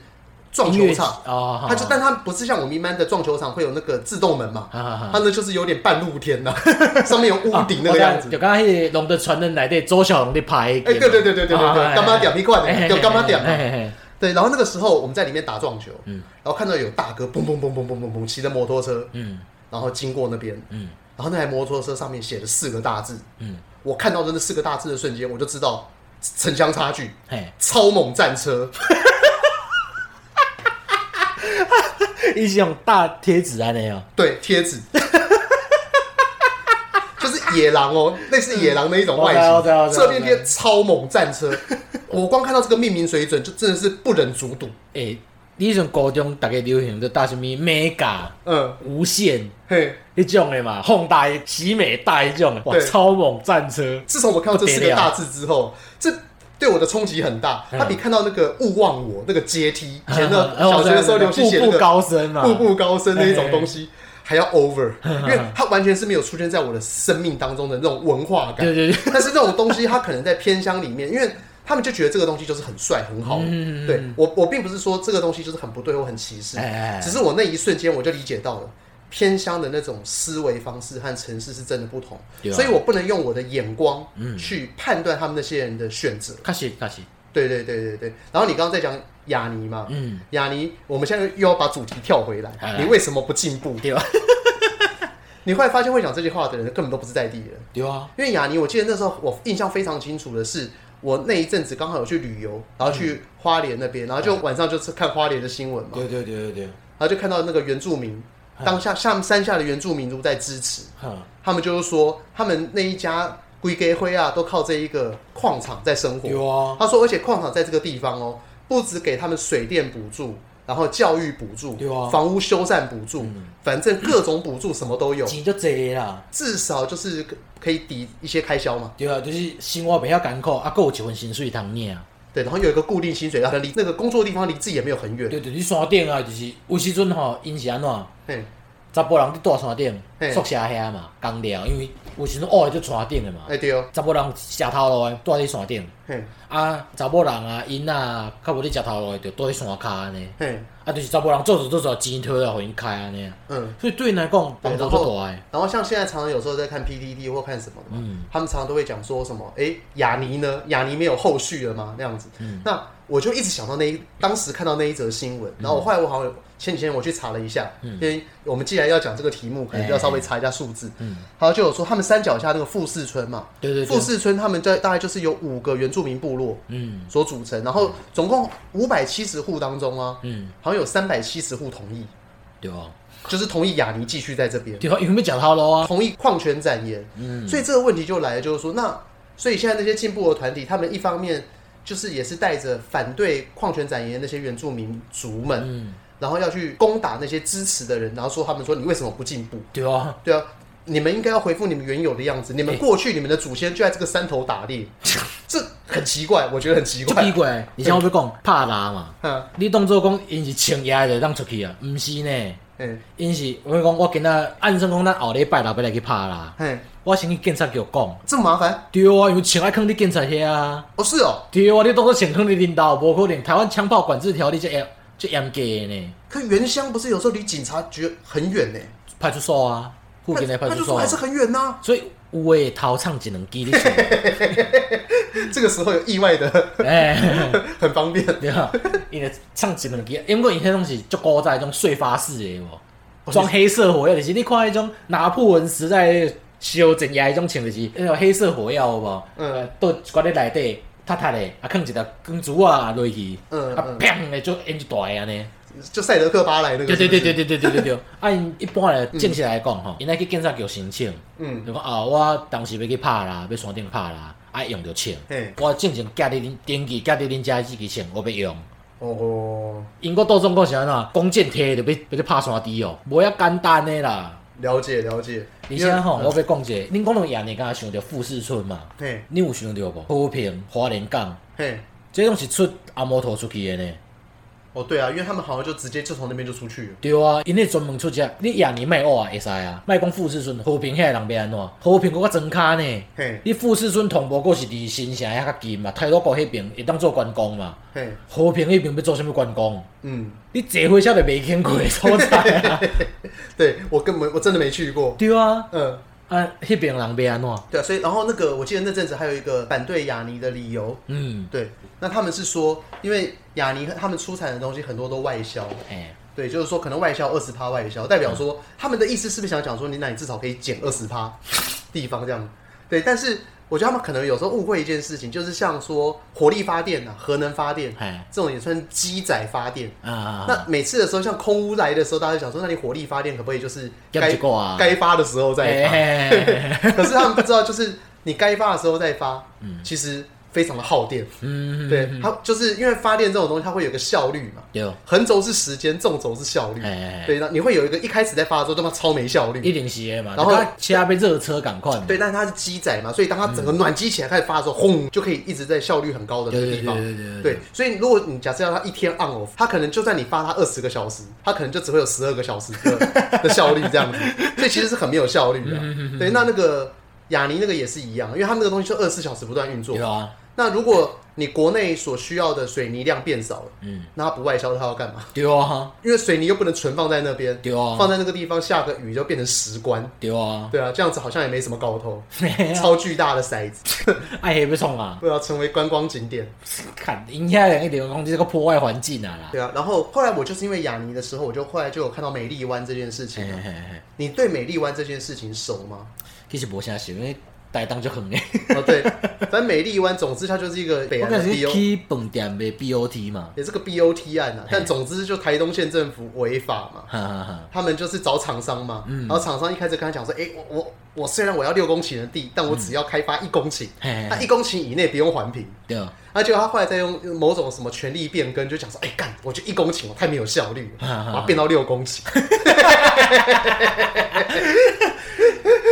Speaker 2: 撞
Speaker 1: 音
Speaker 2: 球
Speaker 1: 乐
Speaker 2: 场。
Speaker 1: 哦，
Speaker 2: 它就，但它不是像我们一般的撞球场会有那个自动门嘛，
Speaker 1: 哈哈
Speaker 2: 它。呢就是有点半露天呐、上面有
Speaker 1: 哦
Speaker 2: 屋顶那个样子。
Speaker 1: 就刚刚迄个《龙的传人》内底周小龙在拍，哎
Speaker 2: 哎、对对对对对对
Speaker 1: 哦
Speaker 2: 对，干嘛点屁罐的，有干嘛点啊嘛。
Speaker 1: 点？
Speaker 2: 对，然后那个时候我们在里面打撞球，然后看到有大哥嘣嘣嘣嘣嘣嘣嘣骑着摩托车，
Speaker 1: 嗯
Speaker 2: 然后经过那边，
Speaker 1: 嗯
Speaker 2: 然后那台摩托车上面写了四个大字，
Speaker 1: 嗯，
Speaker 2: 我看到的那四个大字的瞬间，我就知道城乡差距，
Speaker 1: 嘿，
Speaker 2: 超猛战车，
Speaker 1: 伊是用大贴纸安尼哦，
Speaker 2: 对，贴纸。 就是野狼哦，类似野狼的一种外
Speaker 1: 哦我知道我
Speaker 2: 形。
Speaker 1: 知道
Speaker 2: 这边贴超猛战车，我光看到这个命名水准，就真的是不忍卒睹。
Speaker 1: 诶，你迄阵高中大概流行就搭什物 mega
Speaker 2: 嗯，
Speaker 1: 无限
Speaker 2: 嘿，
Speaker 1: 迄种的嘛，宏大的奇美大迄种的，哇，
Speaker 2: 对
Speaker 1: 超猛战车，
Speaker 2: 自从我看到这四
Speaker 1: 不
Speaker 2: 个
Speaker 1: 得了
Speaker 2: 大字之后，这对我的冲击很大。
Speaker 1: 嗯
Speaker 2: 它比看到那个“勿忘我”那个阶梯，以前的小学的时候流行写那
Speaker 1: 啊步步
Speaker 2: 个
Speaker 1: 高升
Speaker 2: “
Speaker 1: 嘛，
Speaker 2: 步步高升”那一种东西，还要 over，因
Speaker 1: 嗯
Speaker 2: 为它完全是没有出现在我的生命当中的那种文化感
Speaker 1: 对。对 对，
Speaker 2: 但是这种东西，它可能在偏乡里面，因为他们就觉得这个东西就是很帅、很好。
Speaker 1: 嗯
Speaker 2: 对我，我并不是说这个东西就是很不对或很歧视
Speaker 1: 哎哎，哎
Speaker 2: 只是我那一瞬间我就理解到了。偏乡的那种思维方式和城市是真的不同，
Speaker 1: 对啊嗯
Speaker 2: 所以我不能用我的眼光去判断他们那些人的选择。
Speaker 1: 确实确实，
Speaker 2: 对对对对对。然后你刚刚在讲雅尼嘛，
Speaker 1: 嗯，
Speaker 2: 雅尼，我们现在又要把主题跳回来，
Speaker 1: 哎
Speaker 2: 你为什么不进步？
Speaker 1: 对啊
Speaker 2: 你后来发现会讲这句话的人根本都不是在地人，
Speaker 1: 对啊，
Speaker 2: 因为雅尼，我记得那时候我印象非常清楚的是，我那一阵子刚好有去旅游，然后去花莲那边，
Speaker 1: 嗯
Speaker 2: 然后就晚上就是看花莲的新闻嘛，
Speaker 1: 对对对对，
Speaker 2: 然后就看到那个原住民，当下下山下的原住民都在支持，
Speaker 1: 哼，
Speaker 2: 他们就是说他们那一家。规给灰啊，都靠这一个矿场在生活。
Speaker 1: 有啊，
Speaker 2: 他说，而且矿场在这个地方哦，不止给他们水电补助，然后教育补助，
Speaker 1: 对啊嗯
Speaker 2: 房屋修缮补助，反正各种补助什么都有，
Speaker 1: 钱就济啦。
Speaker 2: 至少就是可以抵一些开销嘛。
Speaker 1: 对啊，就是生活比较艰苦，啊，还有一份薪水通领。啊
Speaker 2: 对，然后有一个固定薪水，然后离那个工作地方离自己也没有很远。
Speaker 1: 对对，你山顶啊，就是有时阵吼，因是安怎？
Speaker 2: 嘿，
Speaker 1: 查甫人伫住山顶
Speaker 2: 嘿，
Speaker 1: 宿舍遐嘛，工寮，因为有时阵学的就山顶的嘛。
Speaker 2: 哎对哦，
Speaker 1: 查甫人食头路的住伫山顶，
Speaker 2: 嘿，
Speaker 1: 啊，查某人啊，囡仔啊，较无伫食头路的，就住伫山骹安尼。
Speaker 2: 嘿，
Speaker 1: 啊，就是查甫人做做做做钱摕来互因开安尼啊。
Speaker 2: 嗯。
Speaker 1: 所以对因来讲，帮助足
Speaker 2: 然后
Speaker 1: 大诶。，
Speaker 2: 然后像现在常常有时候在看 PPT 或看什么的嘛，
Speaker 1: 嗯
Speaker 2: 他们常常都会讲说什么，哎，雅尼呢？雅尼没有后续了吗？那样子。
Speaker 1: 嗯
Speaker 2: 那我就一直想到那一，当时看到那一则新闻，
Speaker 1: 嗯
Speaker 2: 然后我后来我好像有前几天我去查了一下，因为我们既然要讲这个题目，可能就要稍
Speaker 1: 哎
Speaker 2: 微查一下数字。然后就有说他们山脚下那个富士村嘛，
Speaker 1: 嗯对对对
Speaker 2: 富，士村他们在大概就是有五个原住民部落
Speaker 1: 嗯
Speaker 2: 所组成，然后总共五百七十户当中啊，
Speaker 1: 嗯，
Speaker 2: 好像有三百七十户同意，
Speaker 1: 对啊，
Speaker 2: 就是同意雅尼继续在这边。
Speaker 1: 对啊，因为要食头路啊。
Speaker 2: 同意矿权展延。
Speaker 1: 嗯
Speaker 2: 所以这个问题就来了，就是说，那所以现在那些进步的团体，他们一方面就是也是带着反对矿权展延的那些原住民族们，
Speaker 1: 嗯，
Speaker 2: 然后要去攻打那些支持的人，然后说他们说你为什么不进步？
Speaker 1: 对啊。
Speaker 2: 对啊。你们应该要回复你们原有的样子。你们
Speaker 1: 哎
Speaker 2: 过去，你们的祖先就在这个山头打 猎，这很奇怪，我觉得很奇
Speaker 1: 足
Speaker 2: 怪
Speaker 1: 奇。怪，而且我要讲拍拉嘛，
Speaker 2: 嗯，
Speaker 1: 你当做讲因是穿鞋就当出去啊，毋是呢，
Speaker 2: 嗯，
Speaker 1: 因是我跟你讲我今仔按算讲咱后礼拜六要来去拍啦，
Speaker 2: 嘿，
Speaker 1: 我先去警察局讲，
Speaker 2: 这么麻烦？
Speaker 1: 对啊，因为穿爱囥伫警察遐啊，
Speaker 2: 哦，是哦。
Speaker 1: 对啊，你当做穿囥伫领导，无可能，台湾枪炮管制条例就严就严格的呢，
Speaker 2: 可原乡不是有时候离警察局很远呢、
Speaker 1: 派出所啊，附近的
Speaker 2: 那
Speaker 1: 派
Speaker 2: 那
Speaker 1: 出
Speaker 2: 就
Speaker 1: 所、
Speaker 2: 说
Speaker 1: 啊
Speaker 2: 还是，很远呐、
Speaker 1: 所以有诶头唱一两支你 想，
Speaker 2: 这个时候有意外的，
Speaker 1: 哎、
Speaker 2: 很方便。
Speaker 1: 对啊，因为唱一两支，因为因迄种是足古早迄种碎发式的有
Speaker 2: 哦
Speaker 1: 无，装黑色火药就是你看迄种拿破仑时代的烧镇压迄种穿就是迄种黑色火药有无？
Speaker 2: 嗯
Speaker 1: 呃，倒一寡咧内底塌塌的，啊，囥一条钢珠啊落去，
Speaker 2: 嗯
Speaker 1: 啊，
Speaker 2: 嗯
Speaker 1: 砰的就因一大个安尼。
Speaker 2: 就赛德克巴莱那个
Speaker 1: 对
Speaker 2: 是
Speaker 1: 对
Speaker 2: 不
Speaker 1: 对
Speaker 2: 是
Speaker 1: 对，对对对对 对，啊，因一般来正式来讲吼，因爱去警察局申请，
Speaker 2: 嗯，
Speaker 1: 就讲啊，我当时要去拍啦，要山顶拍啦，啊，用着枪
Speaker 2: 嘿，
Speaker 1: 我正常寄伫恁登记寄伫恁遮即支枪，我要用。
Speaker 2: 哦，
Speaker 1: 英国斗中国是安怎？弓箭摕就要要去拍山猪哦，无遐简单诶啦。
Speaker 2: 了解了解。
Speaker 1: 而且啊吼，我要讲者，恁讲到亚尼，敢想着富士村嘛？
Speaker 2: 嘿
Speaker 1: 你有想着无？和平、花莲港，
Speaker 2: 嘿，
Speaker 1: 这种是出阿摩托出去诶呢。
Speaker 2: 哦对啊，因为他们好像就直接就从那边就出去了。
Speaker 1: 对啊，因迄专门出遮，你亚尼卖学啊，会使啊，卖讲富士村和平遐人要安怎？和平搁较装卡呢？
Speaker 2: 嘿
Speaker 1: 你富士村同步搁是离新城遐较近嘛，泰鲁国迄边会当做观光嘛，
Speaker 2: 嘿，
Speaker 1: 和平迄边要做啥物观光？
Speaker 2: 嗯，
Speaker 1: 你坐火车就袂经过的所在 啊。
Speaker 2: 对我根本我真的没去过。
Speaker 1: 对啊，
Speaker 2: 嗯，
Speaker 1: 啊，迄边人要安怎？
Speaker 2: 对啊，所以然后那个我记得那阵子还有一个反对雅尼的理由，
Speaker 1: 嗯，
Speaker 2: 对，那他们是说，因为雅尼他们出产的东西很多都外销，
Speaker 1: 哎、
Speaker 2: 对，就是说可能外销二十趴外销，代表说他们的意思是不是想讲说你那你至少可以减二十趴地方这样？对，但是我觉得他们可能有时候误会一件事情，就是像说火力发电啊、核能发电
Speaker 1: 哎
Speaker 2: 这种也算机载发电。
Speaker 1: 啊，
Speaker 2: 那每次的时候，像空屋来的时候，大家就想说，那你火力发电可不可以就是
Speaker 1: 减
Speaker 2: 该
Speaker 1: 一寡啊
Speaker 2: 该发的时候再发？
Speaker 1: 哎嘿嘿嘿
Speaker 2: 可是他们不知道，就是你该发的时候再发，其实非常的耗电。
Speaker 1: 嗯，
Speaker 2: 对，它就是因为发电这种东西，它会有个效率嘛。
Speaker 1: 对，
Speaker 2: 横轴是时间，纵轴是效率。
Speaker 1: 哎
Speaker 2: 对，那你会有一个一开始在发的时候，他妈超没效
Speaker 1: 一
Speaker 2: 率。
Speaker 1: 定是的嘛。
Speaker 2: 然
Speaker 1: 然
Speaker 2: 后
Speaker 1: 后其他被热车赶快嘛。
Speaker 2: 对，但是它是机载嘛，所以当它整
Speaker 1: 嗯
Speaker 2: 个暖机起来开始发的时候，轰就可以一直在效率很高的那个地方。
Speaker 1: 对对对对对对
Speaker 2: 对，所以如果你假设要它一天 on off，它可能就算你发它二十个小时，它可能就只会有十二个小时的的效率这 样子，所以其实是很没有效率的。啊
Speaker 1: 嗯
Speaker 2: 对，那那个雅尼那个也是一样，因为它那个东西就二十四小时不断运作
Speaker 1: 对。啊，
Speaker 2: 那如果你国内所需要的水泥量变少了，
Speaker 1: 嗯，
Speaker 2: 那它不外销，它要干嘛？
Speaker 1: 对啊，
Speaker 2: 因为水泥又不能存放在那边，
Speaker 1: 对啊
Speaker 2: 放在那个地方下个雨就变成石棺，
Speaker 1: 对啊，
Speaker 2: 对啊，这样子好像也没什么搞头，
Speaker 1: 嘿啊
Speaker 2: 超巨大的骰子，
Speaker 1: 爱黑要创啊！
Speaker 2: 对啊，成为观光景点，
Speaker 1: 看，因遐人一定讲这个破坏环境啊啦。
Speaker 2: 对啊。然后后来我就是因为雅尼的时候，我就后来就有看到美丽湾这件事
Speaker 1: 嘿
Speaker 2: 情
Speaker 1: 嘿
Speaker 2: 啊。
Speaker 1: 嘿嘿
Speaker 2: 你对美丽湾这件事情熟 吗？
Speaker 1: 其实无啥想，因为台东就远的。
Speaker 2: 哦，对，反正美丽湾，总之它就是一个北
Speaker 1: 我
Speaker 2: 岸的
Speaker 1: 感觉
Speaker 2: B
Speaker 1: 是
Speaker 2: O，
Speaker 1: 去饭店的 BOT 嘛，
Speaker 2: 也是个 B O T 案啊。但总之就台东县政府违法嘛，
Speaker 1: 哈哈哈。嗯
Speaker 2: 他们就是找厂商嘛，然后厂商一开始跟他讲说，哎、我我我虽然我要六公顷的地，但我只要开发一公顷，
Speaker 1: 嘿
Speaker 2: 那一公顷以内不用环评。
Speaker 5: 对，
Speaker 2: 而且他后来再用用某种什么权力变更，就讲说，哎、干，我觉得一公顷我太没有效率
Speaker 1: 啊
Speaker 2: 了，
Speaker 1: 啊
Speaker 2: 我要变到六公顷。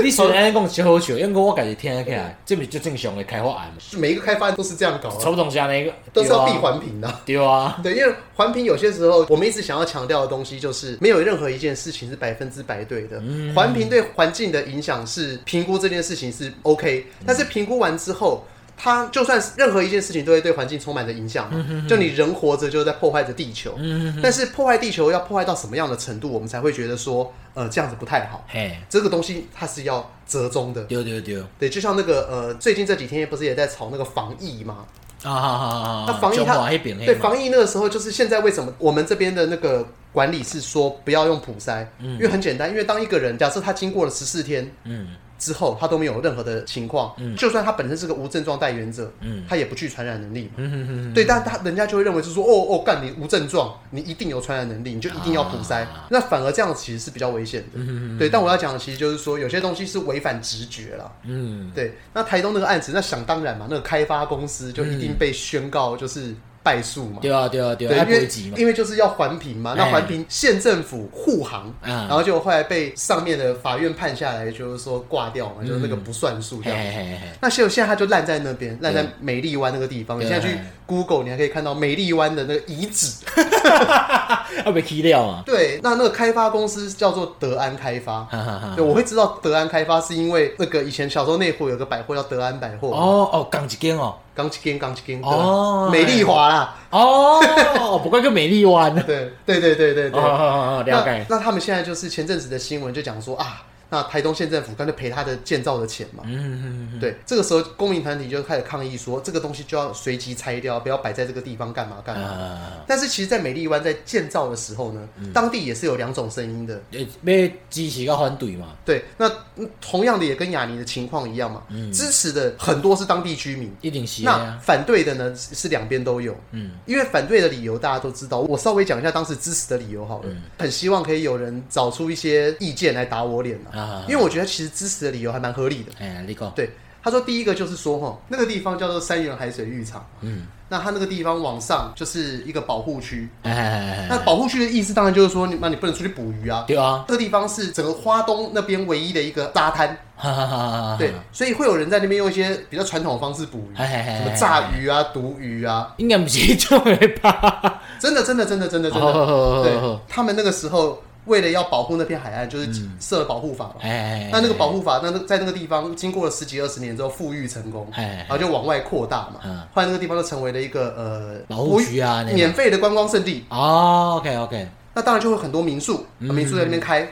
Speaker 1: 你虽然安尼讲是好笑，因为我家己听起来，这毋是最正常的开发案嘛，
Speaker 2: 每一个开发都是这样搞
Speaker 1: 差
Speaker 2: 啊，
Speaker 1: 不多是安尼个，
Speaker 2: 都是要
Speaker 1: 对
Speaker 2: 闭
Speaker 1: 啊，
Speaker 2: 环评的啊。
Speaker 1: 对啊，
Speaker 2: 对，因为环评有些时候，我们一直想要强调的东西就是，没有任何一件事情是百分之百对的。环评对环境的影响是评估这件事情是 OK，但是评估完之后，它就算是任何一件事情都会对环境充满着影响嘛。就你人活着就是在破坏着地球，但是破坏地球要破坏到什么样的程度，我们才会觉得说，呃，这样子不太好。
Speaker 5: 嘿，
Speaker 2: 这个东西它是要折中的。
Speaker 5: 对对对，啊
Speaker 2: 对，就像那个呃，最近这几天不是也在炒那个防疫吗？
Speaker 5: 哈哈哈，
Speaker 2: 那防疫
Speaker 5: 中
Speaker 2: 它
Speaker 5: 华那边
Speaker 1: 嗯
Speaker 5: 嘿
Speaker 2: 对
Speaker 5: 嘛
Speaker 2: 防疫那个时候，就是现在为什么我们这边的那个管理是说不要用普筛，因为很简单，因为当一个人假设他经过了十四天，
Speaker 5: 嗯
Speaker 2: 之后他都没有任何的情况，就算他本身是个无症状带源者，他也不具传染能力嘛，对，但他人家就会认为是说，哦哦，干你无症状，你一定有传染能力，你就一定要普筛，那反而这样其实是比较危险的，对。但我要讲的其实就是说，有些东西是违反直觉啦，
Speaker 5: 嗯，
Speaker 2: 对。那台东那个案子，那想当然嘛，那个开发公司就一定被宣告就是败诉嘛，
Speaker 5: 对啊对啊对啊，
Speaker 2: 对，
Speaker 5: 爱
Speaker 2: 因为
Speaker 5: 国籍嘛，
Speaker 2: 因为就是要环评嘛，那
Speaker 5: 哎
Speaker 2: 环评县政府护航，
Speaker 5: 嗯
Speaker 2: 然后就后来被上面的法院判下来，就是说挂掉
Speaker 5: 嗯
Speaker 2: 嘛，就是那个不算数
Speaker 5: 嘿
Speaker 2: 这样。
Speaker 5: 嘿嘿嘿，
Speaker 2: 那现现在它就烂在那边，烂在
Speaker 5: 对
Speaker 2: 美丽湾那个地方。你
Speaker 5: 对
Speaker 2: 现在去 Google，你还可以看到美丽湾的那个遗址。
Speaker 1: 要啊被去掉嘛，
Speaker 2: 对，那那个开发公司叫做德安开发。
Speaker 5: 哈哈哈
Speaker 2: 对，，我会知道德安开发是因为那个以前小时候内湖有个百货叫德安百货，
Speaker 1: 哦哦，讲一间哦，
Speaker 2: 钢琴间钢琴间，对
Speaker 5: 哎
Speaker 1: 哦
Speaker 2: 美丽华啦。
Speaker 1: 哦，不过个美丽湾，哦
Speaker 2: 对对对对对对
Speaker 1: 哦。哦，哦了解，
Speaker 2: 那。那他们现在就是前阵子的新闻就讲说啊，那台东县政府干脆赔他的建造的钱嘛。
Speaker 1: 嗯嗯嗯
Speaker 2: 对，这个时候公民团体就开始抗议说，这个东西就要随即拆掉，不要摆在这个地方干嘛干
Speaker 1: 嗯，嗯
Speaker 2: 嘛。
Speaker 1: 啊，
Speaker 2: 但是其实，在美丽湾在建造的时候呢，当地也是有两种声音的。
Speaker 1: 呃要支持甲反对嘛，
Speaker 2: 对，那嗯同样的也跟雅尼的情况一样嘛，支持的很多是当地居民，
Speaker 1: 一嗯定是的
Speaker 2: 那
Speaker 1: 啊，
Speaker 2: 反对的呢是是两边都有，嗯，因为反对的理由大家都知道，我稍微讲一下当时支持的理由好了，
Speaker 1: 嗯
Speaker 2: 很希望可以有人找出一些意见来打我脸
Speaker 1: 啊啊
Speaker 2: 啊，因为我觉得其实支持的理由还蛮合理的。
Speaker 1: 哎，你讲，
Speaker 2: 对，他说第一个就是说哈，那个地方叫做三元海水浴场，嗯，那他那个地方往上就是一个保护区，
Speaker 1: 哎哎哎
Speaker 2: 那
Speaker 1: 哎，
Speaker 2: 保护区的意思当然就是说你那你不能出去捕鱼啊。
Speaker 1: 对啊，
Speaker 2: 这个地方是整个花东那边唯一的一个沙滩，
Speaker 1: 哈哈哈哈哈，
Speaker 2: 对，，所以会有人在那边用一些比较传统的方式捕鱼，
Speaker 1: 哎哎哎
Speaker 2: 什么
Speaker 1: 哎
Speaker 2: 炸鱼啊、毒鱼啊，
Speaker 1: 应该不是迄种的吧？哦
Speaker 2: 真的，真的，真的，真的，真
Speaker 1: 好好好好
Speaker 2: 的，对
Speaker 1: 好，
Speaker 2: 他们那个时候为了要保护那片海岸，就是
Speaker 1: 嗯
Speaker 2: 设了保护法嘛。
Speaker 1: 哎，
Speaker 2: 那那个保护法，那那在那个地方经过了十几二十年之后，富裕成功，
Speaker 1: 哎哎哎
Speaker 2: 然后就往外扩大嘛
Speaker 1: 嗯。
Speaker 2: 后来那个地方就成为了一个呃
Speaker 1: 保护区啊
Speaker 2: 不
Speaker 1: 那个
Speaker 2: 免费的观光胜地。
Speaker 1: 哦，OK OK，
Speaker 2: 那当然就会很多民宿，
Speaker 1: 嗯
Speaker 2: 民宿在那边开，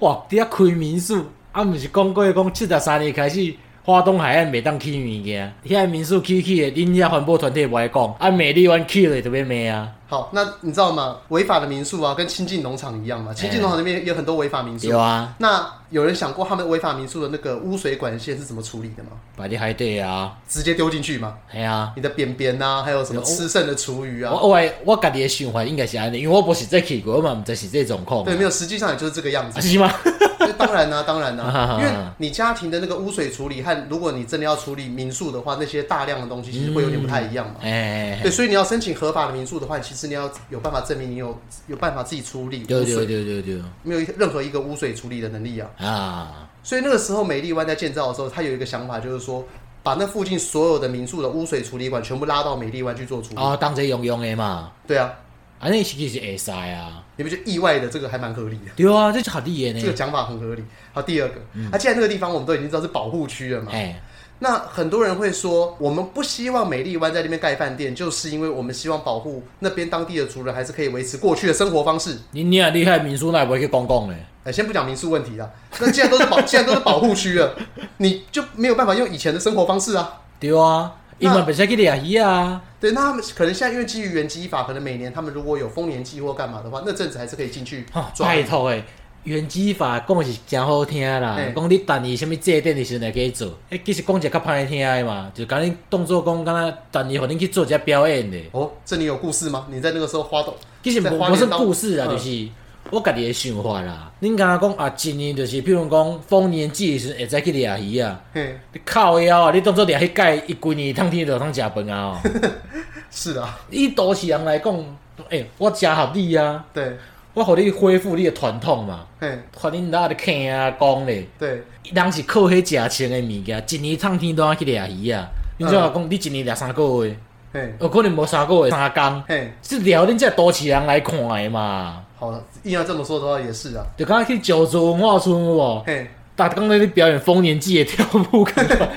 Speaker 1: 哇，伫遐开民宿，啊，毋是讲过讲七十三年开始，花东海岸袂当起物件，遐民宿起起的，恁遐环保团体无爱讲，啊，美丽湾起了就要骂啊，
Speaker 2: 好，那你知道吗？违法的民宿啊，跟亲近农场一样嘛。亲近农场那边也有很多违法民宿。
Speaker 1: 对啊，
Speaker 2: 那有人想过他们违法民宿的那个污水管线是怎么处理的吗？
Speaker 1: 摆伫海底啊，
Speaker 2: 直接丢进去吗？
Speaker 1: 系啊。
Speaker 2: 你的便便呐，还有什么吃剩的厨余啊？
Speaker 1: 我我的我家己的想法应该是安尼，因为我无实际去过，我嘛毋知实际状况。
Speaker 2: 对，没有，实际上也就是这个样
Speaker 1: 啊
Speaker 2: 子。
Speaker 1: 是吗？
Speaker 2: 那当然啦、当然啦、
Speaker 1: 啊
Speaker 2: 因为你家庭的那个污水处理和如果你真的要处理民宿的话，那些大量的东西其实会有点不太一样嘛。
Speaker 1: 哎，
Speaker 2: 对，所以你要申请合法的民宿的话，其实你要有办法证明你有有办法自己处理
Speaker 1: 对
Speaker 2: 污
Speaker 1: 对
Speaker 2: 水，
Speaker 1: 对对对，
Speaker 2: 没有任何一个污水处理的能力啊。
Speaker 1: 啊，
Speaker 2: 所以那个时候美丽湾在建造的时候，他有一个想法，就是说把那附近所有的民宿的污水处理管全部拉到美丽湾去做处理。
Speaker 1: 哦，当作用用的嘛，
Speaker 2: 对啊，
Speaker 1: 安尼是其实会使啊，
Speaker 2: 你不觉得意外的这个还蛮合理的？
Speaker 1: 对啊，这是合理的
Speaker 2: 这个
Speaker 1: 呢，
Speaker 2: 讲法很合理。好，第二个，啊，既然那个地方我们都已经知道是保护区了嘛，
Speaker 1: 哎，
Speaker 2: 那很多人会说，我们不希望美丽湾在那边盖饭店，就是因为我们希望保护那边当地的族人还是可以维持过去的生活方式。
Speaker 1: 你你啊厉害，民宿那不会去讲讲嘞，
Speaker 2: 哎、先不讲民宿问题啦，那既然都是保，既然都是保护区了，你就没有办法用以前的生活方式啊。
Speaker 1: 对啊，伊
Speaker 2: 那
Speaker 1: 嘛袂使去掠鱼啊，
Speaker 2: 对，那他们可能现在因为基于原基法，可能每年他们如果有丰年祭或干嘛的话，那阵子还是可以进去
Speaker 1: 哈哦
Speaker 2: 抓。
Speaker 1: 拜托诶，原基法讲的是真好听啦
Speaker 2: 嘿，
Speaker 1: 讲你等伊啥物祭奠的时阵来去做，诶，其实讲者较歹听的嘛，就甲你当做讲敢若等伊互恁去做一下表演的，
Speaker 2: 哦，这里有故事吗？你在那个时候花东，
Speaker 1: 其实
Speaker 2: 在
Speaker 1: 无
Speaker 2: 花
Speaker 1: 无
Speaker 2: 莲
Speaker 1: 是
Speaker 2: 当
Speaker 1: 故事啊，
Speaker 2: 嗯
Speaker 1: 就是我家己的想法啦。恁敢讲啊，一年就是，比如讲丰年祭的时阵会使去掠鱼啊。
Speaker 2: 嘿，
Speaker 1: 你靠腰啊！你当做掠迄届伊规年通天就通食饭啊！ 哦，
Speaker 2: 是啊，
Speaker 1: 以都市人来讲，诶、我食合理啊，
Speaker 2: 对，
Speaker 1: 我互你恢复你的传统嘛，
Speaker 2: 嘿，
Speaker 1: 看恁哪咧坑啊讲咧，
Speaker 2: 对，人
Speaker 1: 人是靠迄食穿的物件，一年通天都通去掠鱼啊！你怎啊讲？你一年掠三个月，
Speaker 2: 嘿，
Speaker 1: 有可能无三个月三工，
Speaker 2: 嘿，
Speaker 1: 是聊恁这都市人来看的嘛？
Speaker 2: 好，硬要这么说的话也是啊，
Speaker 1: 就刚去九州文化村有无？
Speaker 2: 嘿，
Speaker 1: 大刚在咧表演丰年祭的跳舞，感觉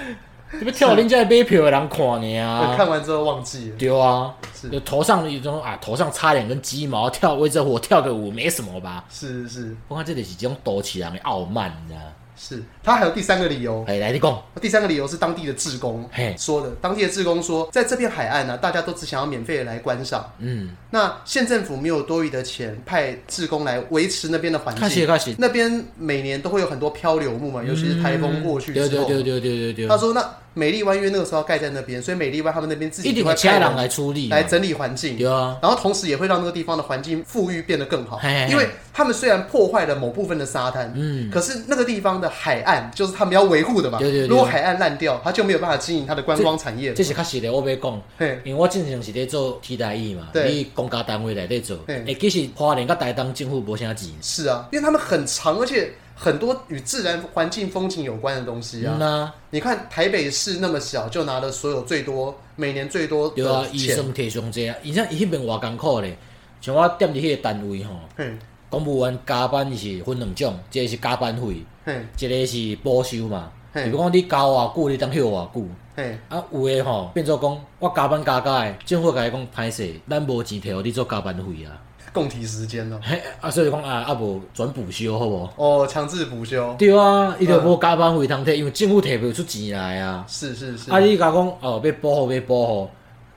Speaker 1: 你要跳恁这买票的人看你
Speaker 2: 我
Speaker 1: 啊！
Speaker 2: 看完之后忘记了，
Speaker 1: 对啊，
Speaker 2: 是
Speaker 1: 就头上一种啊，头上插两根鸡毛，跳为这火跳个舞没什么吧？
Speaker 2: 是是
Speaker 1: 我看这里是这种躲起来的傲慢，你知道吗？
Speaker 2: 是，他还有第三个理由。
Speaker 1: 哎，来你讲，
Speaker 2: 第三个理由是当地的志工
Speaker 1: 嘿
Speaker 2: 说的。当地的志工说，在这片海岸啊呢、大家都只想要免费的来观赏。
Speaker 1: 嗯，
Speaker 2: 那县政府没有多余的钱派志工来维持那边的环
Speaker 1: 开始
Speaker 2: 境。
Speaker 1: 开始，
Speaker 2: 那边每年都会有很多漂流木嘛，
Speaker 1: 嗯
Speaker 2: 尤其是台风过去之
Speaker 1: 对
Speaker 2: 后。
Speaker 1: 对对对对对
Speaker 2: 他
Speaker 1: 对，
Speaker 2: 说，那美丽湾因为那个时候要盖在那边，所以美丽湾他们那边自己
Speaker 1: 一定
Speaker 2: 就会
Speaker 1: 有其
Speaker 2: 派
Speaker 1: 他人
Speaker 2: 人
Speaker 1: 来处理嘛，
Speaker 2: 来整理环境。
Speaker 1: 对啊，
Speaker 2: 然后同时也会让那个地方的环境富裕变得更好
Speaker 1: 嘿嘿，嘿
Speaker 2: 因为他们虽然破坏了某部分的沙滩，
Speaker 1: 嗯
Speaker 2: 可是那个地方的海岸就是他们要维护的嘛。
Speaker 1: 对对对
Speaker 2: 如果海岸烂掉，他就没有办法经营他的观光产业了
Speaker 1: 这。是确实的，我要讲。
Speaker 2: 嘿，
Speaker 1: 因为我之前是咧做替代役嘛，
Speaker 2: 对
Speaker 1: 你公家单位内底做，
Speaker 2: 嘿
Speaker 1: 诶，其实花莲甲台东政府无啥钱，
Speaker 2: 是啊，因为他们很长，而且很多与自然环境风景有关的东西啊
Speaker 1: 嗯。啊，
Speaker 2: 你看台北市那么小，就拿了所有最多每年最多
Speaker 1: 对啊
Speaker 2: 的，
Speaker 1: 医
Speaker 2: 钱。
Speaker 1: 生提上济啊，而且伊迄边偌艰苦咧，像我踮伫迄个单位吼，
Speaker 2: 嘿，
Speaker 1: 公务员加班是分两种，一个是加班费，
Speaker 2: 嘿，
Speaker 1: 一个是补休嘛。
Speaker 2: 嘿
Speaker 1: 比如讲你加偌久，你当休偌久。
Speaker 2: 嘿，
Speaker 1: 啊，有诶吼，变做讲我加班加加诶，政府甲伊讲歹势，咱无钱摕互你做加班费啊。
Speaker 2: 共体时间了。
Speaker 1: 嘿，啊，所以讲啊，啊无转补休好无？
Speaker 2: 哦，强制补休，
Speaker 1: 对啊，伊就无加班费通摕，因为政府摕袂出钱来啊。
Speaker 2: 是是是，
Speaker 1: 啊，你甲讲哦，要保护要保护，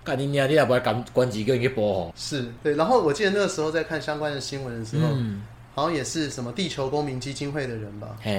Speaker 1: 甲你娘你也无爱管管几个人去保护。
Speaker 2: 是对。然后我记得那个时候在看相关的新闻的时候，
Speaker 1: 嗯，
Speaker 2: 好像也是什么地球公民基金会的人吧，
Speaker 1: 嘿，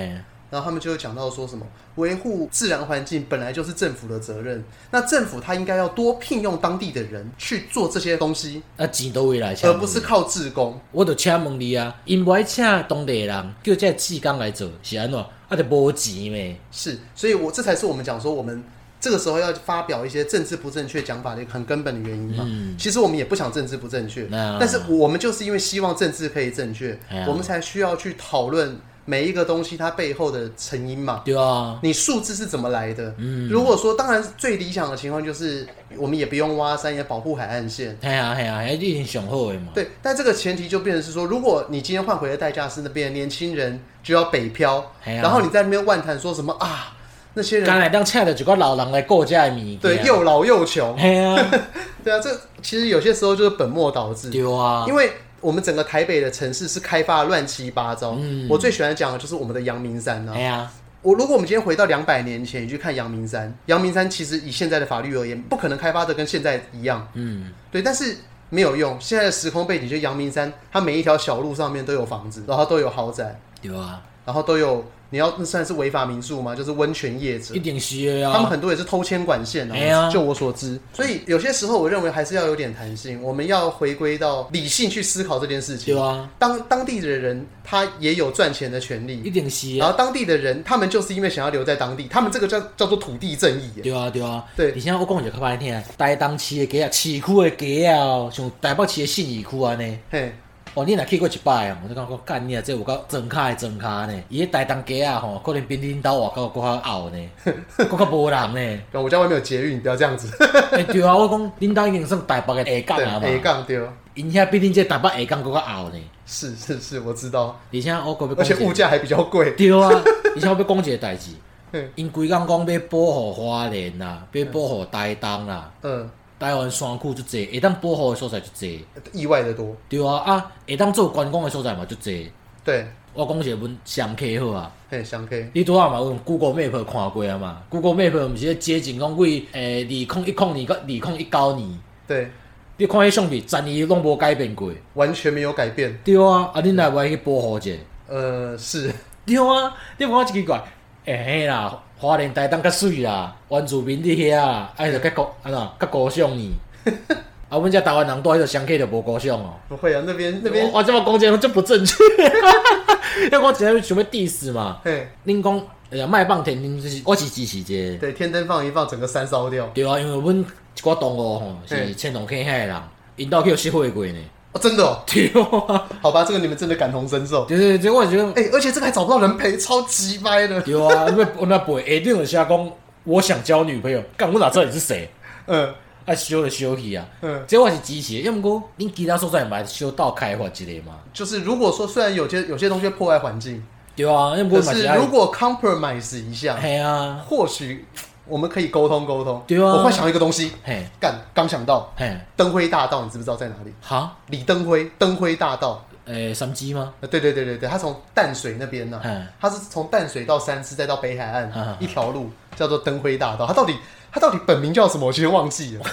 Speaker 2: 然后他们就有讲到说什么维护自然环境本来就是政府的责任，那政府他应该要多聘用当地的人去做这些东西，
Speaker 1: 啊钱倒位来？请
Speaker 2: 而
Speaker 1: 问
Speaker 2: 呃不是靠志工。
Speaker 1: 我就请问你啊，因无爱请当地人，叫这志工来做是安怎？啊，就无钱咩？
Speaker 2: 是，所以我这才是我们讲说我们。这个时候要发表一些政治不正确讲法的一个很根本的原因嘛。
Speaker 1: 嗯
Speaker 2: 其实我们也不想政治不正确，
Speaker 1: 啊
Speaker 2: 但是我们就是因为希望政治可以正确，
Speaker 1: 哎呀
Speaker 2: 我们才需要去讨论每一个东西它背后的成因嘛。
Speaker 1: 对啊，
Speaker 2: 你数字是怎么来的？
Speaker 1: 嗯
Speaker 2: 如果说，当然最理想的情况就是我们也不用挖山，也保护海岸线。
Speaker 1: 系啊系啊，迄一定上好的嘛。
Speaker 2: 对，但这个前提就变成是说，如果你今天换回的代价是那边的年轻人就要北漂，
Speaker 1: 哎呀
Speaker 2: 然后你在那边万谈说什么啊，那些
Speaker 1: 干
Speaker 2: 人
Speaker 1: 来当请着一个老人来顾遮的物件。
Speaker 2: 对又老又穷，
Speaker 1: 系啊，
Speaker 2: 对啊，这其实有些时候就是本末倒置，
Speaker 1: 对啊
Speaker 2: 因，为。我们整个台北的城市是开发得乱七八糟，
Speaker 1: 嗯
Speaker 2: 我最喜欢讲的就是我们的阳明山啊
Speaker 1: 系。啊，
Speaker 2: 我如果我们今天回到两百年前，你去看阳明山，阳明山其实以现在的法律而言，不可能开发的跟现在一样，
Speaker 1: 嗯，
Speaker 2: 对，但是没有用。现在的时空背景，就阳明山，它每一条小路上面都有房子，然后都有豪宅，
Speaker 1: 对啊，
Speaker 2: 然后都有你要那算是违法民宿吗？就是温泉业者
Speaker 1: 一，定是的
Speaker 2: 他们
Speaker 1: 啊。
Speaker 2: 很多也是偷牵管线
Speaker 1: 哎呀
Speaker 2: 啊。就我所知，所以有些时候我认为还是要有点弹性，我们要回归到理性去思考这件事情
Speaker 1: 对。啊，
Speaker 2: 当当地的人他也有赚钱的权利
Speaker 1: 一，定是
Speaker 2: 然
Speaker 1: 啊，
Speaker 2: 后当地的人，他们就是因为想要留在当地，他们这个叫叫做土地正义耶。
Speaker 1: 对啊，对啊。
Speaker 2: 对
Speaker 1: 而且我讲一个较歹听的，台东市的街啊，市区的街啊，像台北市的信义区安尼。
Speaker 2: 嘿，
Speaker 1: 哦，你若去过一摆哦，我就感觉干你啊，这有够装卡的装卡呢。伊迄台东街啊吼，可能比恁兜外口搁较后呢，搁较无人呢。
Speaker 2: 然后我家外面有捷运，你不要这样子。
Speaker 1: 欸对啊，我讲恁兜已经算台北的下港 啊嘛，
Speaker 2: 对，A 哎杠丢，
Speaker 1: 因遐比恁这台北下港搁较后呢。
Speaker 2: 是是是，我知道，
Speaker 1: 而且我搁要
Speaker 2: 而
Speaker 1: 讲一
Speaker 2: 且
Speaker 1: 个，
Speaker 2: 物价还比较贵。
Speaker 1: 对啊，而且我要讲一个代志，
Speaker 2: 嗯
Speaker 1: 因规工讲要保护花莲啦，要保护台东啦，
Speaker 2: 嗯，
Speaker 1: 台湾山区就济，会当保护的所在就济，
Speaker 2: 意外的多。
Speaker 1: 对啊啊，会当做观光的所在嘛就济。
Speaker 2: 对，
Speaker 1: 我讲一个阮上课好啊。
Speaker 2: 嘿，想 K，
Speaker 1: 你拄仔嘛有用 Google Map 看过啊嘛？Google Map 毋是咧街景讲为呃诶二零一零年到二零一九年，
Speaker 2: 对，
Speaker 1: 你看迄相片，十年拢无改变过。
Speaker 2: 完全没有改变。
Speaker 1: 对啊，啊恁
Speaker 2: 嗯
Speaker 1: 来袂去保护者？
Speaker 2: 呃，是，
Speaker 1: 对啊，你有感觉真奇怪。诶、嘿啦，花莲台东较水啦，原住民伫遐啦，哎，就较高安怎较高尚呢？ 啊，阮遮台湾人带迄个相克就无高尚哦。
Speaker 2: 不会啊，那边那边
Speaker 1: 我，我这么讲这就不正确， 因为我只是想要 diss 嘛。
Speaker 2: 嘿，
Speaker 1: 恁讲，哎呀，卖棒田，恁就是我是支持这个，
Speaker 2: 对，天灯放一放，整个山烧掉。
Speaker 1: 对啊，因为阮一寡同学吼是
Speaker 2: 嘿
Speaker 1: 青龙坑遐的人，因兜去有吸血鬼呢，
Speaker 2: 哦，真的哦，
Speaker 1: 对啊，
Speaker 2: 好吧，这个你们真的感同身受。
Speaker 1: 就是结果就
Speaker 2: 哎、而且这个还找不到人陪，超级掰的。
Speaker 1: 对啊，因为我那背下顶有写讲，我想交女朋友，干我哪知道你是谁？
Speaker 2: 嗯
Speaker 1: 啊，修就修去啊，
Speaker 2: 嗯，
Speaker 1: 这我是支持的，要毋过恁其他所在嘛修到开发一个嘛，就是
Speaker 2: 如果说虽然有些有些东西会破坏环境，
Speaker 1: 对啊，要毋过
Speaker 2: 可
Speaker 1: 嘛
Speaker 2: 是
Speaker 1: 是爱
Speaker 2: 如果 compromise 一下，
Speaker 1: 嘿啊，
Speaker 2: 或许我们可以沟通沟通。
Speaker 1: 对啊
Speaker 2: 我幻想一个东西，
Speaker 1: 嘿
Speaker 2: 干刚想到
Speaker 1: 嘿，
Speaker 2: 灯辉大道，你知不知道在哪里？
Speaker 1: 哈，
Speaker 2: 李登辉，灯辉大道。
Speaker 1: 诶，三 G 吗？
Speaker 2: 呃，对对对对对，他从淡水那边呢、
Speaker 1: 嗯
Speaker 2: 他是从淡水到三芝，再到北海岸、
Speaker 1: 嗯嗯
Speaker 2: 一条路，叫做灯辉大道。他到底他到底本名叫什么？我其实忘记了。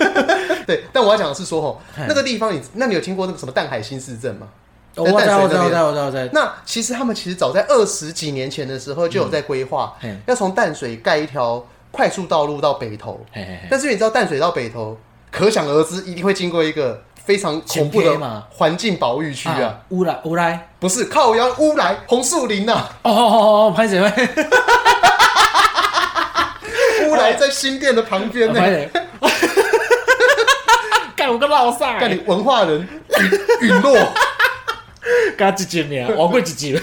Speaker 2: 对，但我要讲的是说，吼，
Speaker 1: 嗯
Speaker 2: 那个地方你，那你有听过那个什么淡海新市镇吗？
Speaker 1: 哦我知道，我知道，我
Speaker 2: 哎在淡水那边
Speaker 1: 知道，我知道，我知道，
Speaker 2: 那其实他们其实早在二十几年前的时候就有在规划，
Speaker 1: 嗯嘿
Speaker 2: 要从淡水盖一条快速道路到北投。
Speaker 1: 嘿嘿嘿，
Speaker 2: 但是你知道淡水到北投，可想而知，一定会经过一个非常
Speaker 1: 前
Speaker 2: 恐怖
Speaker 1: K
Speaker 2: 的
Speaker 1: 嘛嗯
Speaker 2: 环境保育区啊！，
Speaker 1: 乌来乌来，
Speaker 2: 不是靠腰乌来红树林呐、 啊，
Speaker 1: 哦哦哦哦，拍谁拍？
Speaker 2: 乌来在新店的旁 边呢、
Speaker 1: 拍谁？干我个老傻
Speaker 2: 干你文化人
Speaker 1: 哎
Speaker 2: 陨陨落，
Speaker 1: 干一集尔，我过一集了。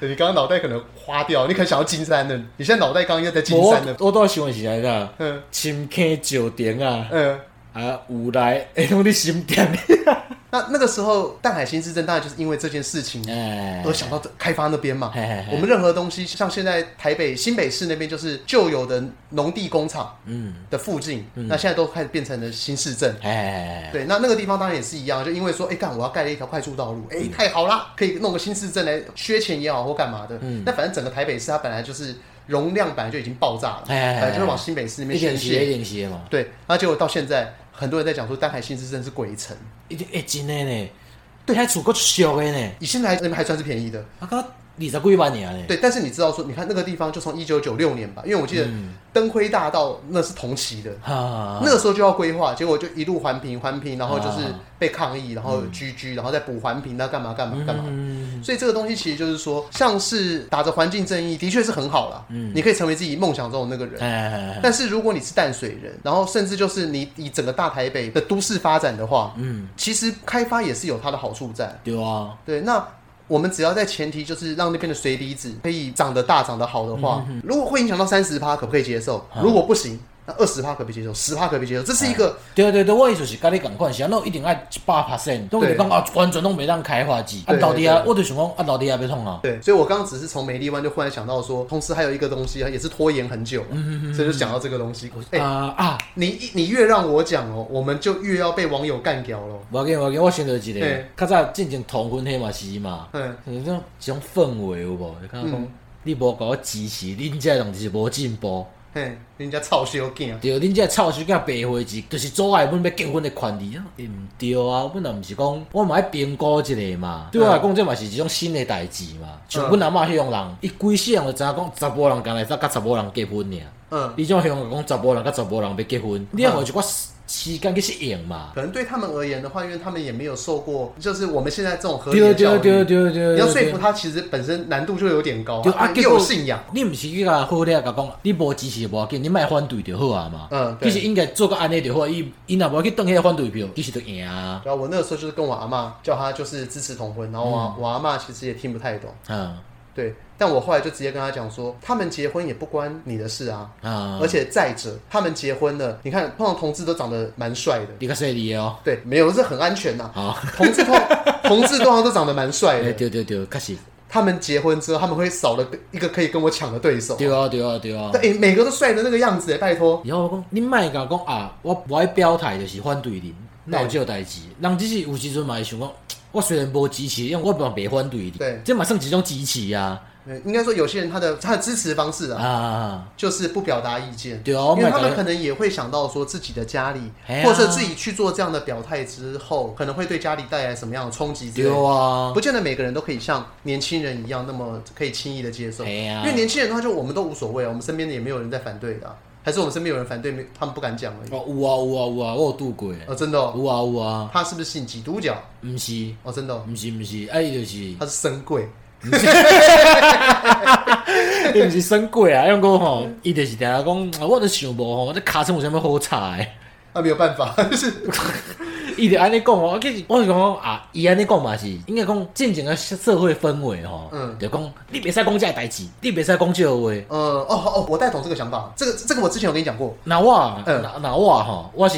Speaker 2: 对你刚刚脑袋可能花掉，你可能想要金山的，你现在脑袋刚刚又在金
Speaker 1: 我
Speaker 2: 山的，
Speaker 1: 我都想的是安啦，
Speaker 2: 嗯
Speaker 1: 深坑石亭啊，
Speaker 2: 嗯。
Speaker 1: 啊有来，会用你心 点。
Speaker 2: 那那个时候，淡海新市镇当然就是因为这件事情
Speaker 1: 哎
Speaker 2: 而想到开发那边嘛
Speaker 1: 嘿嘿。嘿
Speaker 2: 我们任何东西，像现在台北新北市那边就是旧有的农地工厂
Speaker 1: 嗯，
Speaker 2: 的附近，那现在都开始变成了新市镇。
Speaker 1: 哎，
Speaker 2: 对，那那个地方当然也是一样，就因为说，哎、干，我要盖了一条快速道路，哎、
Speaker 1: 嗯
Speaker 2: 太好啦，可以弄个新市镇来削钱也好或干嘛的。
Speaker 1: 嗯
Speaker 2: 那反正整个台北市它本来就是容量本来就已经爆炸了，
Speaker 1: 哎哎哎
Speaker 2: 本来就是往新北市那
Speaker 1: 一
Speaker 2: 边
Speaker 1: 点
Speaker 2: 宣
Speaker 1: 是一点
Speaker 2: 泄。
Speaker 1: 是嘛，
Speaker 2: 对，那结果到现在，很多人在讲说丹海新市镇是鬼城，
Speaker 1: 一定会真的呢，对，还出国俗的呢，
Speaker 2: 以现在那边还算是便宜的。
Speaker 1: 啊，刚二十几万年呢，
Speaker 2: 对，但是你知道说，你看那个地方就从一九九六年吧，因为我记得
Speaker 1: 嗯
Speaker 2: 灯辉大道那是同期的，
Speaker 1: 哈，
Speaker 2: 那个时候就要规划，结果就一路环评环评，然后就是
Speaker 1: 啊
Speaker 2: 被抗议，然后居居，然后再补环评，那干嘛干嘛干嘛。
Speaker 1: 嗯，
Speaker 2: 所以这个东西其实就是说，像是打着环境正义，的确是很好啦。你可以成为自己梦想中的那个人。
Speaker 1: 嗯哎，
Speaker 2: 但是如果你是淡水人，然后甚至就是你以整个大台北的都市发展的话，
Speaker 1: 嗯，
Speaker 2: 其实开发也是有它的好处在。
Speaker 1: 对啊，
Speaker 2: 对，那我们只要在前提就是让那边的水离子可以长得大、长得好的
Speaker 1: 嗯
Speaker 2: 话，如果会影响到三十趴，可不可以接受？如果不行，那二十趴可不可以接受？十趴可不可以接受？这是一个
Speaker 1: 对对对，我意思是甲你共款，是安啊尼一定爱一百 percent，拢是讲啊，完全拢袂当开花季。啊，
Speaker 2: 对对
Speaker 1: 到底啊，我就想讲啊，到底啊，要创啊。
Speaker 2: 对，所以我刚刚只是从美丽湾就忽然想到说，同时还有一个东西啊，也是拖延很久了，
Speaker 1: 嗯
Speaker 2: 所以就想到这个东西。哎、
Speaker 1: 啊啊，
Speaker 2: 你一你越让我讲哦，我们就越要被网友干掉咯。
Speaker 1: 无要紧无要紧，我想到一个
Speaker 2: 嘿，
Speaker 1: 较早进前同婚迄嘛是嘛，
Speaker 2: 嗯，
Speaker 1: 就是种一种氛围有无？你看讲
Speaker 2: 嗯，
Speaker 1: 你无甲我支持，恁遮人就是无进步。
Speaker 2: 嘿，人家操小啊囝，
Speaker 1: 对，恁这臭手囝白花枝，就是阻碍阮要结婚的权利啊！毋对啊，阮也毋是讲，我嘛爱评估一下嘛。对我来讲，这嘛是一种新的代志嘛。像阮阿嬷迄种人，伊规世人就知影讲，十某人干来才甲十某人结婚尔。
Speaker 2: 嗯，
Speaker 1: 伊种向讲，十某人甲十某人要结婚，你要互一寡时间去适应嘛。
Speaker 2: 可能对他们而言的话，因为他们也没有受过，就是我们现在这种和谐
Speaker 1: 对
Speaker 2: 教
Speaker 1: 对对
Speaker 2: 育，
Speaker 1: 对对，
Speaker 2: 你要说服他，其实本身难度就有点高、
Speaker 1: 对
Speaker 2: 啊
Speaker 1: 啊，，
Speaker 2: 又有信仰，。
Speaker 1: 你毋是去甲好好咧甲讲，你无支持无要紧，你莫反对就好啊嘛。
Speaker 2: 嗯对
Speaker 1: 其实应该做个安尼就好，伊伊若无去当迄个反对票，其实就赢啊。
Speaker 2: 然后我那个时候就是跟我阿妈叫她就是支持同婚，然后我、我阿妈其实也听不太懂，
Speaker 1: 嗯
Speaker 2: 对，但我后来就直接跟她讲说，他们结婚也不关你的事啊，
Speaker 1: 啊，
Speaker 2: 而且再者，他们结婚了，你看，通常同志都长得蛮帅的，
Speaker 1: 你较细腻的哦。
Speaker 2: 对，没有，这很安全呐、
Speaker 1: 好，
Speaker 2: 同志通同志通常都长得蛮帅
Speaker 1: 哎，
Speaker 2: 的，
Speaker 1: 对对对，确实，
Speaker 2: 他们结婚之后，他们会少了一个可以跟我抢的对手。
Speaker 1: 对啊对啊对啊。
Speaker 2: 对，哎每个都帅的那个样子，哎拜托。
Speaker 1: 然后我讲，你莫甲讲啊，我不爱表态就是反对恁，哪有这代志？人只是有时阵嘛会想讲，我虽然无支持，因为我嘛袂反对你，
Speaker 2: 对
Speaker 1: 这嘛算一种支持啊
Speaker 2: 对应该说，有些人他的他的支持方式啊，
Speaker 1: 啊，
Speaker 2: 就是不表达意见。
Speaker 1: 对啊
Speaker 2: 因
Speaker 1: 我
Speaker 2: 为
Speaker 1: 买
Speaker 2: 他们
Speaker 1: 个
Speaker 2: 可能也会想到说自己的家里，
Speaker 1: 哎呀
Speaker 2: 或者自己去做这样的表态之后，可能会对家里带来什么样的冲击之类
Speaker 1: 对
Speaker 2: 的。
Speaker 1: 啊
Speaker 2: 不，见得每个人都可以像年轻人一样那么可以轻易的接受。
Speaker 1: 嘿啊
Speaker 2: 因为年轻人的话，就我们都无所谓啊，我们身边也没有人在反对的啊、还是我们身边有人反对，没他们不敢讲而已。
Speaker 1: 哦，有啊有啊有啊，我有拄过，
Speaker 2: 哦，真的、哦，
Speaker 1: 有啊有啊，
Speaker 2: 他是不是信基督教？
Speaker 1: 毋是
Speaker 2: 哦，真的、哦，
Speaker 1: 毋是毋是，啊伊 就是
Speaker 2: 他是神贵，
Speaker 1: 伊毋是算贵啊，用讲吼，伊就是定定讲，啊我都想无吼，这尻川有啥物好差诶。
Speaker 2: 那、啊、没有办法， 就是
Speaker 1: 伊就安尼讲哦，其实我是讲讲啊，伊安尼讲嘛是，应该讲进前个社会氛围吼，
Speaker 2: 嗯
Speaker 1: 就讲你袂使讲这个代志，你袂使讲这个话。
Speaker 2: 呃，哦哦，我带懂这个想法，这个这个我之前有跟你讲过，
Speaker 1: 那我啊
Speaker 2: 嗯
Speaker 1: 那那我啊吼，我是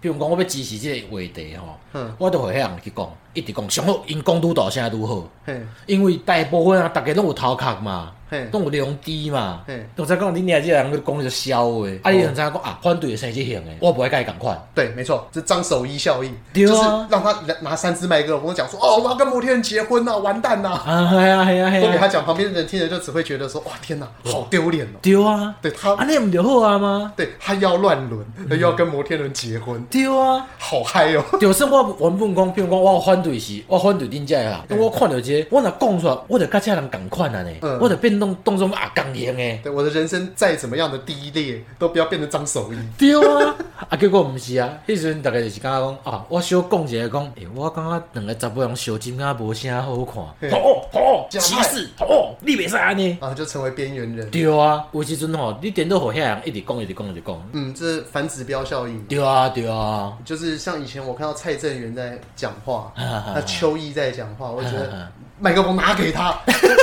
Speaker 1: 比如讲我要支持这个话题吼，
Speaker 2: 嗯，
Speaker 1: 我就会遐人去讲，一直讲，上好因讲愈大声愈好，
Speaker 2: 嘿，
Speaker 1: 因为大部分啊，大家拢有头壳嘛
Speaker 2: 嘿，
Speaker 1: 拢有良知嘛
Speaker 2: 嘿，
Speaker 1: 都知讲你娘这个人去讲就痟话，啊你
Speaker 2: 哦
Speaker 1: 就知影讲啊，反对的生即型的，我不爱甲伊共款。
Speaker 2: 对，没错，这张守一效应，
Speaker 1: 对啊
Speaker 2: 就是让他拿拿三支麦克风讲说，哦，我要跟摩天轮结婚了、完蛋啦、
Speaker 1: 啊，系啊系啊
Speaker 2: 都给
Speaker 1: 系
Speaker 2: 他
Speaker 1: 啊，
Speaker 2: 讲，旁边的人听着就只会觉得说，哇，天哪，好丢脸哦，
Speaker 1: 对啊，嗯
Speaker 2: 对他
Speaker 1: 安尼毋就好啊吗？
Speaker 2: 对他要乱伦，又要跟摩天轮结婚，
Speaker 1: 对啊，
Speaker 2: 好嗨哦！
Speaker 1: 就算我原本讲，比如讲我有反对是，我反对恁遮的啦，但我看到这个我若讲出来，我就甲遮人共款啊呢
Speaker 2: 嗯，
Speaker 1: 我就变当当做啊共型的。
Speaker 2: 对我的人生再怎么样的低劣，都不要变成张守一。
Speaker 1: 对啊，啊结果毋是啊，迄时阵大概就是感觉讲啊，我小讲一下讲，诶、我感觉两个查甫人小金敢无啥好看，
Speaker 2: 嘿
Speaker 1: 吼哦吼哦，
Speaker 2: 假
Speaker 1: 歧
Speaker 2: 派
Speaker 1: 视吼哦，你袂使安尼。
Speaker 2: 然后啊就成为边缘人。
Speaker 1: 对啊，有时阵吼，你颠倒互遐人一直讲一直讲一直讲。
Speaker 2: 嗯，这反指标效应，
Speaker 1: 对啊对啊，
Speaker 2: 就是像以前我看到蔡正元在讲话，
Speaker 1: 哈哈哈
Speaker 2: 那邱毅在讲话，我觉
Speaker 1: 哈
Speaker 2: 得
Speaker 1: 哈
Speaker 2: 麦克风拿给他，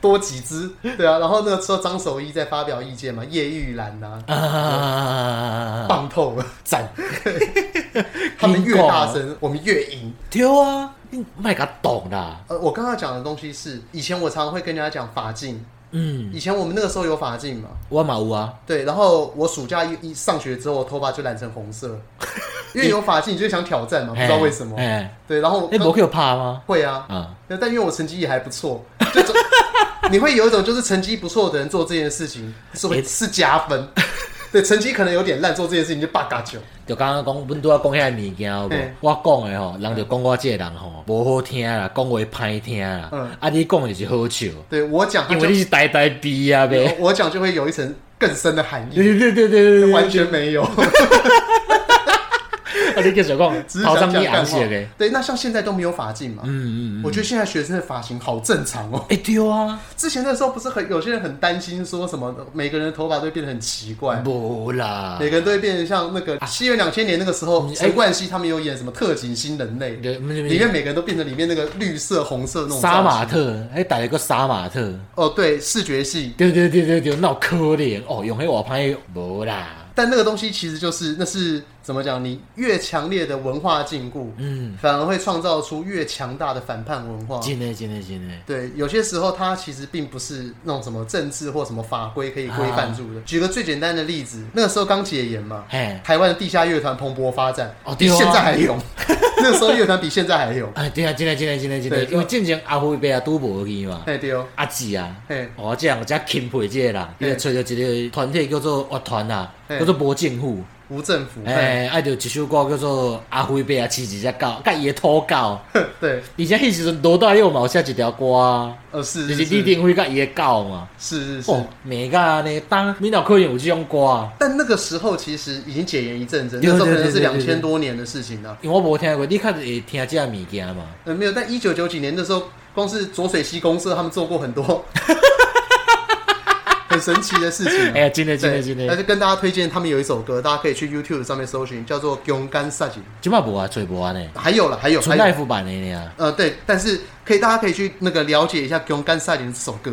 Speaker 2: 多几支，对啊。然后那个时候张守一在发表意见嘛，叶玉兰呐、
Speaker 1: 啊，
Speaker 2: 棒透了，
Speaker 1: 赞。
Speaker 2: 他们越大声，我们越赢。
Speaker 1: 对啊，你莫甲懂啦。
Speaker 2: 呃，我刚刚讲的东西是，以前我常常会跟人家讲法镜，
Speaker 1: 嗯，
Speaker 2: 以前我们那个时候有法镜嘛，
Speaker 1: 我嘛有啊，
Speaker 2: 对，然后我暑假一一上学之后，我头发就染成 红色，因为有发镜，你就想挑战啊嘛，不知道为什么。
Speaker 1: 哎，
Speaker 2: 对，然后
Speaker 1: 哎，无去有拍吗？
Speaker 2: 会啊，
Speaker 1: 啊，
Speaker 2: 但因为我成绩也还不错，就 总你会有一种就是成绩不错的人做这件事情是会
Speaker 1: 也
Speaker 2: 是加分，对，成绩可能有点烂，做这件事情就八嘎九。
Speaker 1: 就刚刚讲，阮拄啊讲遐物件有
Speaker 2: 嘿嗯
Speaker 1: 无？我讲的吼，人就讲我这个人吼，无好听啦，讲话歹听啦
Speaker 2: 嗯。啊
Speaker 1: 啊，你讲的是好笑，
Speaker 2: 对我讲，
Speaker 1: 因为你是呆呆逼啊呗。
Speaker 2: 我讲就会有一层更深的 含义，
Speaker 1: 对对对对对对，
Speaker 2: 完全没有。
Speaker 1: 啊，你继续
Speaker 2: 只
Speaker 1: 讲，
Speaker 2: 是
Speaker 1: 头
Speaker 2: 想
Speaker 1: 上
Speaker 2: 讲
Speaker 1: 你红
Speaker 2: 干话
Speaker 1: 色的。嗯。
Speaker 2: 对，那像现在都没有发镜嘛，
Speaker 1: 嗯嗯，
Speaker 2: 我觉得现在学生的发型好正常哦。
Speaker 1: 哎对啊，
Speaker 2: 之前那时候不是很有些人很担心说什么每个人的头发都会变得很奇
Speaker 1: 嗯
Speaker 2: 怪，
Speaker 1: 无啦
Speaker 2: 每，个人都会变成像那个西元两千年那个时候，
Speaker 1: 啊哎
Speaker 2: 陈冠希他们有演什么特警新人类，
Speaker 1: 对不是嗯不是
Speaker 2: 里面每个人都变成里面那个绿色红色那种
Speaker 1: 杀
Speaker 2: 造
Speaker 1: 马
Speaker 2: 型
Speaker 1: 特，哎，打了个杀马特。
Speaker 2: 哦，对，视觉系。
Speaker 1: 对对对对对，那有可怜哦，用迄我歹无啦，
Speaker 2: 但那个东西其实就是，那是怎么讲？你越强烈的文化禁锢，
Speaker 1: 嗯，
Speaker 2: 反而会创造出越强大的反叛文化。
Speaker 1: 真的真的真的，
Speaker 2: 对，有些时候它其实并不是那种什么政治或什么法规可以规
Speaker 1: 啊
Speaker 2: 范住的。举个最简单的例子，那个时候刚解严嘛，
Speaker 1: 嘿，
Speaker 2: 台湾的地下乐团蓬勃发展，
Speaker 1: 哦
Speaker 2: 比
Speaker 1: 对啊
Speaker 2: 现在还勇。 那时候乐团比现在还勇。
Speaker 1: 哎，对啊，真的真的真的真的，
Speaker 2: 对
Speaker 1: 因为进前阿辉伯啊拄无去嘛，
Speaker 2: 哎对哦，
Speaker 1: 阿姊啊
Speaker 2: 嘿，
Speaker 1: 哦，这样我才钦佩这个人，伊
Speaker 2: 嘿
Speaker 1: 就找着一个团体叫做乐团啦，
Speaker 2: 嘿
Speaker 1: 叫做无政府，
Speaker 2: 无政府。哎，
Speaker 1: 哎，啊就一首歌叫做阿辉伯啊饲一只狗，甲伊的土狗，
Speaker 2: 对，
Speaker 1: 而且迄时阵罗大佑嘛有写一条歌啊，
Speaker 2: 呃是
Speaker 1: 就是是李
Speaker 2: 是
Speaker 1: 定辉甲伊的狗嘛，
Speaker 2: 是是是
Speaker 1: 哦，美甲安尼，当你哪可能有这种歌啊？
Speaker 2: 但那个时候其实已经解严一阵子，那
Speaker 1: 对
Speaker 2: 时候可能是
Speaker 1: 对对
Speaker 2: 两
Speaker 1: 对对
Speaker 2: 千多年的事情了。
Speaker 1: 因为我无听过，你较会听这物件嘛？
Speaker 2: 呃，没有，但一九九几年那时候，光是浊水溪公社他们做过很多 很神奇的事情啊。
Speaker 1: 哎呀，真的真的
Speaker 2: 对，
Speaker 1: 真
Speaker 2: 那
Speaker 1: 的，
Speaker 2: 就跟大家推荐，他们有一首歌，大家可以去 YouTube 上面搜寻，叫做《勇敢杀警
Speaker 1: 即嘛无啊，找无啊呢》。，
Speaker 2: 还有了，还有，
Speaker 1: 纯
Speaker 2: 还有，
Speaker 1: life 版的呢，
Speaker 2: 呃，对，但是可以，大家可以去那个了解一下《勇敢杀警》这首歌，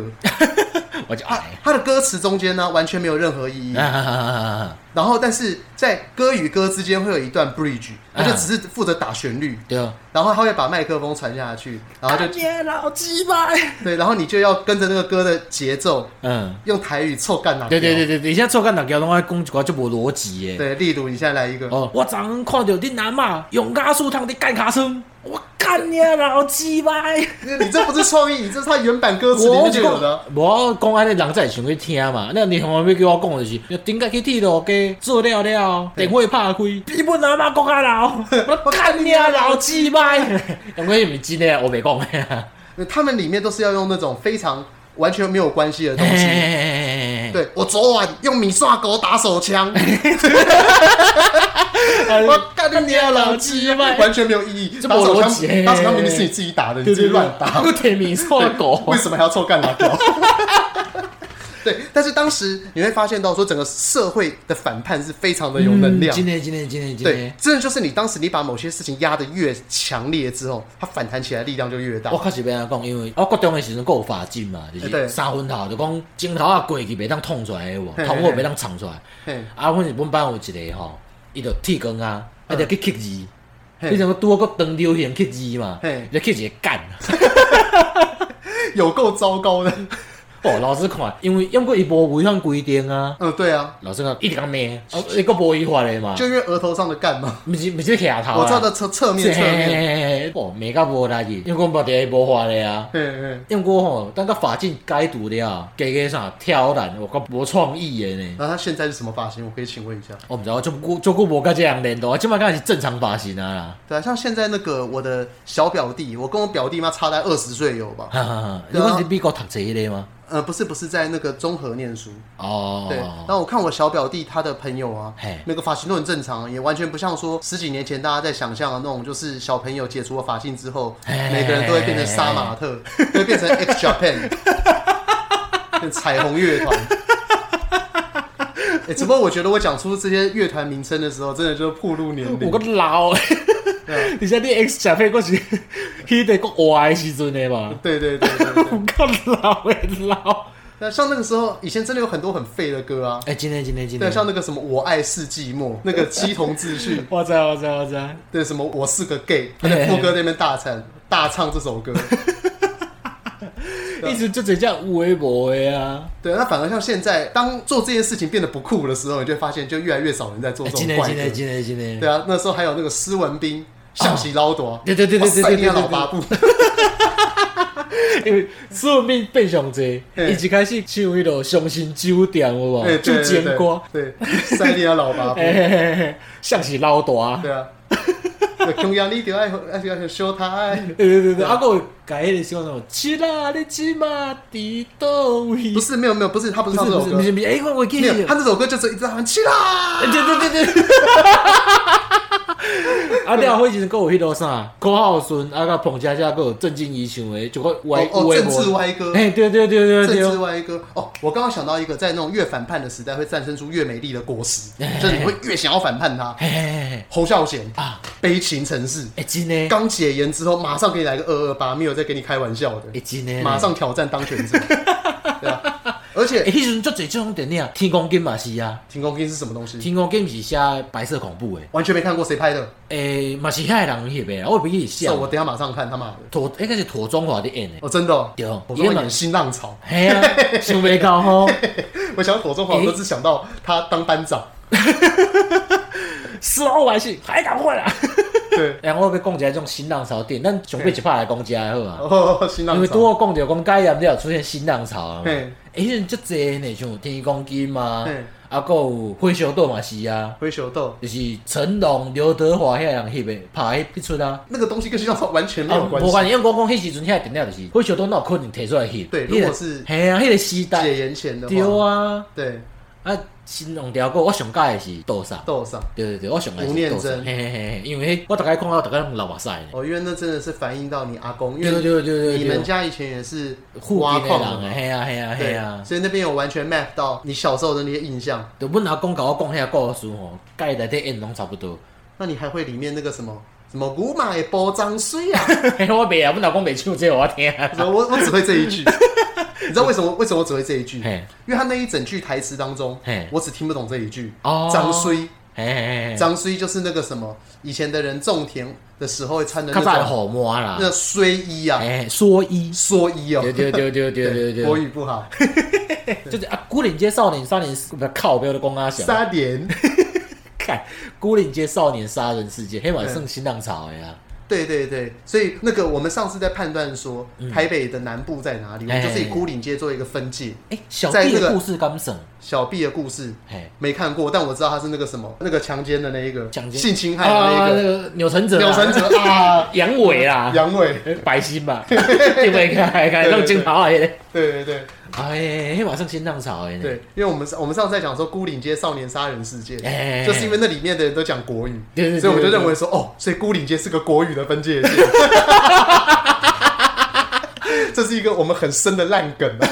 Speaker 1: 我就
Speaker 2: 它
Speaker 1: 哎，
Speaker 2: 它的歌词中间呢完全没有任何意义，
Speaker 1: 啊
Speaker 2: 然后但是在歌与歌之间会有一段 bridge，它就
Speaker 1: 啊
Speaker 2: 只是负责打旋律，
Speaker 1: 对啊，
Speaker 2: 然后他会把麦克风传下去，然后就
Speaker 1: 爹老鸡巴，
Speaker 2: 对，然后你就要跟着那个歌的节奏，
Speaker 1: 嗯，
Speaker 2: 用台语凑干哪？
Speaker 1: 对对对对对，你现在做干哪条拢爱讲一寡就无逻辑诶。
Speaker 2: 对，例如你现在来一个，
Speaker 1: 哦，我昨昏看到恁阿嬷用压缩烫伫干卡村，我干你老鸡巴！
Speaker 2: 你这不是创意，你 这是他原版歌词里
Speaker 1: 我
Speaker 2: 面就有的啊。
Speaker 1: 我讲安尼人才会想去听嘛。那你红要叫我讲的就是，你顶个去铁路街做了了，电话拍开，比阮阿妈讲较老，我干你啊老鸡巴！因为毋真诶，我袂讲诶。哎
Speaker 2: 他们里面都是要用那种非常完全没有关系的东西，对我昨晚用米刷狗打 手枪，
Speaker 1: 啊
Speaker 2: 我干你娘老鸡巴， 完全没有意义。
Speaker 1: 这
Speaker 2: 打
Speaker 1: 没
Speaker 2: 手
Speaker 1: 逻
Speaker 2: 枪
Speaker 1: 辑欸，
Speaker 2: 打手枪明明是你自己打的，你自己乱打，
Speaker 1: 我铁米错狗
Speaker 2: 为，什么还要臭干老 狗？对，但是当时你会发现到说，整个社会的反叛是非常的有能量。
Speaker 1: 今天今天今天今
Speaker 2: 对
Speaker 1: 天，，
Speaker 2: 真的就是你当时你把某些事情压得越强烈之后，它反弹起来力量就越大
Speaker 1: 我。确实要安讲，因为我国中的时阵有法禁嘛，就
Speaker 2: 欸对
Speaker 1: 是三分头，就讲镜头啊过去袂当捅出来的
Speaker 2: 嘿
Speaker 1: 喎，
Speaker 2: 嘿
Speaker 1: 捅我袂当藏出来。
Speaker 2: 嘿，
Speaker 1: 啊，阮是本班有一个吼，伊就剃光啊，啊就去刻字，迄
Speaker 2: 嗯嘿
Speaker 1: 阵拄好个当流行刻字嘛
Speaker 2: 嘿，
Speaker 1: 就刻一个干。
Speaker 2: 有够糟糕的。
Speaker 1: 哦，老师看，因为因为伊无违反规定啊，
Speaker 2: 嗯，对啊，
Speaker 1: 老师讲一直讲骂，哦，伊个无违法的嘛，
Speaker 2: 就因为额头上的干嘛，
Speaker 1: 毋是毋是徛头啊。
Speaker 2: 我照的侧侧面
Speaker 1: 是
Speaker 2: 侧
Speaker 1: 嘿嘿
Speaker 2: 面，
Speaker 1: 嘿嘿，哦，骂到无力去，因为阮目地无法的啊。
Speaker 2: 嘿嘿。
Speaker 1: 因为我吼，等到法禁解读了，加加啥挑染，我讲无创意的呢。
Speaker 2: 然后他现在是什么发型？我可以请问一下。
Speaker 1: 我毋知道，就过就过无甲这样练到，啊即摆敢是正常发型啊啦。
Speaker 2: 对啊，像现在那个我的小表弟，我跟我表弟妈差在二十岁有吧？
Speaker 1: 哈哈哈，你
Speaker 2: 对啊
Speaker 1: 讲是美国读册迄个吗？
Speaker 2: 呃，不是，不是在那个综合念书。
Speaker 1: 哦，
Speaker 2: 对，然后我看我小表弟他的朋友啊
Speaker 1: 嘿，
Speaker 2: 那个发型都很正常，啊也完全不像说十几年前大家在想象的那种，就是小朋友解除了发型之后，
Speaker 1: 嘿
Speaker 2: 每个人都会变成杀马特，都会变成 X Japan，变彩虹乐团。欸只不过我觉得我讲出这些乐团名称的时候，真的就是暴露年
Speaker 1: 我个
Speaker 2: 龄。
Speaker 1: 老的，
Speaker 2: 对啊
Speaker 1: 而且 你 X 食片我是 迄个国活的时阵的嘛，
Speaker 2: 对对对对对
Speaker 1: 我个老的老。
Speaker 2: 那像那个时候，以前真的有很多很废的歌啊，
Speaker 1: 哎，今天今天今
Speaker 2: 对，
Speaker 1: 天，
Speaker 2: 像那个什么“我爱是寂寞”，那个鸡同志序，
Speaker 1: 我知我知我知，
Speaker 2: 对，啊什么“我是个 gay”，他在副歌那边大唱大唱这首歌。
Speaker 1: 一直就只叫有诶无诶啊。
Speaker 2: 对，那反而像现在，当做这件事情变得不酷的时候，你就会发现就越来越少人在做
Speaker 1: 哎
Speaker 2: 这
Speaker 1: 今天
Speaker 2: 种怪
Speaker 1: 今天
Speaker 2: 歌。
Speaker 1: 今天今天
Speaker 2: 对，啊，那时候还有那个施文斌象棋捞夺，
Speaker 1: 对对对对对
Speaker 2: 哇塞
Speaker 1: 对对
Speaker 2: 你的
Speaker 1: 对
Speaker 2: 老八部，
Speaker 1: 因为所有面变上济，
Speaker 2: 嘿
Speaker 1: 伊一开始唱迄落伤心酒店有无
Speaker 2: 对？
Speaker 1: 就
Speaker 2: 对对
Speaker 1: 煎歌，
Speaker 2: 对，对塞利亚老八部，
Speaker 1: 嘿嘿嘿嘿，像是老大。
Speaker 2: 对啊，那中央你就爱爱要修台。
Speaker 1: 对对对对，啊，还有改迄个叫什么？起啦，你起码伫倒位？
Speaker 2: 不是，没有没有，不是，他不
Speaker 1: 不
Speaker 2: 是
Speaker 1: 是
Speaker 2: 唱
Speaker 1: 不
Speaker 2: 这首
Speaker 1: 是
Speaker 2: 歌
Speaker 1: 不，是不是，哎，我我记
Speaker 2: 没
Speaker 1: 得
Speaker 2: 有，他。那首歌就是一直在喊起啦，
Speaker 1: 对对对对。啊，了后迄阵佫有迄落啥，郭浩顺啊，甲彭佳佳佫有郑敬怡唱的，就个歪
Speaker 2: 哦哦，
Speaker 1: 歪
Speaker 2: 政治歪歌，
Speaker 1: 哎，对对对对
Speaker 2: 政治
Speaker 1: 对，
Speaker 2: 歪歌。哦，我刚刚想到一个，在那种越反叛的时代，会诞生出越美丽的果实，就是你会越想要反叛他。
Speaker 1: 嘿嘿嘿嘿
Speaker 2: 侯孝贤
Speaker 1: 哎啊，
Speaker 2: 悲情城市，
Speaker 1: 哎，真的，
Speaker 2: 刚解严之后，马上给你来个二二八，没有在跟你开玩笑
Speaker 1: 哎，
Speaker 2: 的，
Speaker 1: 真的，
Speaker 2: 马。上挑战当权 者，对啊，而
Speaker 1: 哎，
Speaker 2: 且
Speaker 1: 迄阵足侪这种电影，《天空金》嘛是啊，
Speaker 2: 停工金是什么东
Speaker 1: 《
Speaker 2: 西？
Speaker 1: 天空金》是写白色恐怖的，
Speaker 2: 完全没看过，谁拍的？
Speaker 1: 诶，嘛是遐人翕的，我袂记是写
Speaker 2: 是。我等一下马上看他妈的。
Speaker 1: 妥，应该是妥中华的演的。
Speaker 2: 哦，真的、哦，
Speaker 1: 对哦
Speaker 2: 我中华
Speaker 1: 因为
Speaker 2: 演新浪潮，
Speaker 1: 嘿啊，想袂到吼，
Speaker 2: 我想左中华，我都是想到他当班长，
Speaker 1: 死老百姓还敢 混啊！
Speaker 2: 对，
Speaker 1: 哎，我要讲一下这种新浪潮电影，咱上辈一拍来讲遮好啊。
Speaker 2: 哦，新浪
Speaker 1: 因
Speaker 2: 潮，
Speaker 1: 为拄好讲着讲解严了，出现新浪潮啊嘛。
Speaker 2: 嘿
Speaker 1: 哎，迄阵足济呢，像天公金嘛
Speaker 2: 嘿，
Speaker 1: 啊，还有火烧岛嘛是啊，
Speaker 2: 灰熊豆
Speaker 1: 就是成龙、刘德华遐人翕的，拍迄迄出啊。
Speaker 2: 那个东西跟新浪潮完全没
Speaker 1: 啊，
Speaker 2: 有哦关
Speaker 1: 无
Speaker 2: 系。
Speaker 1: 关系，因为我讲迄时阵遐电影就是火烧岛，哪有可能摕出来翕？
Speaker 2: 对
Speaker 1: 迄个
Speaker 2: 如果是
Speaker 1: 嘿啊，迄个时
Speaker 2: 解
Speaker 1: 代，
Speaker 2: 严前的话，
Speaker 1: 对啊，
Speaker 2: 对，
Speaker 1: 啊，新浪潮歌我上介是多少？
Speaker 2: 豆上
Speaker 1: 对对对，我上来是
Speaker 2: 吴念
Speaker 1: 豆沙
Speaker 2: 真
Speaker 1: 嘿嘿嘿，因为迄我大概看到大概拢流目屎呢。
Speaker 2: 哦，因为那真的是反映到你阿公，因
Speaker 1: 对对对
Speaker 2: 为
Speaker 1: 对对，
Speaker 2: 你们家以前也是
Speaker 1: 附
Speaker 2: 挖
Speaker 1: 近的
Speaker 2: 矿
Speaker 1: 人
Speaker 2: 的
Speaker 1: 啊，
Speaker 2: 嘛，
Speaker 1: 嘿啊嘿啊嘿啊，
Speaker 2: 所以那边有完全 map 到你小时候的那些印象。
Speaker 1: 就阮阿公甲我讲遐故事吼，甲伊内底演拢差不多。
Speaker 2: 那你还会里面那个什么什么古马的包张水啊？
Speaker 1: 嘿我袂啊，阮阿公袂唱这个我听。
Speaker 2: 我我只会这 一句，你知道为什么？为什么我只会这一句？
Speaker 1: 嘿
Speaker 2: 因为他那一整句台词当中
Speaker 1: 嘿，
Speaker 2: 我只听不懂这一句。
Speaker 1: 哦
Speaker 2: 张衰，
Speaker 1: 嘿嘿嘿，
Speaker 2: 张衰就是那个什么，以前的人种田的时候会穿的
Speaker 1: 较早
Speaker 2: 那
Speaker 1: 的
Speaker 2: 种
Speaker 1: 好满啦
Speaker 2: 那，衰衣啊，
Speaker 1: 哎，蓑衣。
Speaker 2: 蓑衣哦。
Speaker 1: 对对对对对对
Speaker 2: 国
Speaker 1: 对，
Speaker 2: 语不好，
Speaker 1: 就是啊，古岭街少年杀人，不靠，不要讲啊，小
Speaker 2: 三连。
Speaker 1: 看古岭街少年杀人事件，黑马圣新浪潮的啊。
Speaker 2: 对对对，所以那个我们上次在判断说
Speaker 1: 嗯
Speaker 2: 台北的南部在哪里，我们就是以孤岭街做一个分界。
Speaker 1: 哎，小
Speaker 2: 在
Speaker 1: 弟
Speaker 2: 那
Speaker 1: 的
Speaker 2: 个
Speaker 1: 故事敢省，
Speaker 2: 小 B 的故事
Speaker 1: 嘿，
Speaker 2: 没看过，但我知道他是那个什么，那个强奸的那一个，
Speaker 1: 强奸
Speaker 2: 性侵害的
Speaker 1: 啊，
Speaker 2: 那
Speaker 1: 那
Speaker 2: 一个，
Speaker 1: 个钮承泽啊，
Speaker 2: 柳承 哲啊，
Speaker 1: 阳痿啦，
Speaker 2: 阳痿。
Speaker 1: 白心吧，对不对？开弄镜头啊，那个
Speaker 2: 对对对
Speaker 1: 哎，迄嘛算新浪潮诶。
Speaker 2: 对，，因为我们我们上次在讲说孤岭街少年杀人事件，
Speaker 1: 哎
Speaker 2: 就是因为那里面的人都讲国语，
Speaker 1: 对对对
Speaker 2: 所以我们
Speaker 1: 对
Speaker 2: 就
Speaker 1: 对
Speaker 2: 认为说，哦，所以孤岭街是个国语的分界线。 这是一个我们很深的烂梗、啊，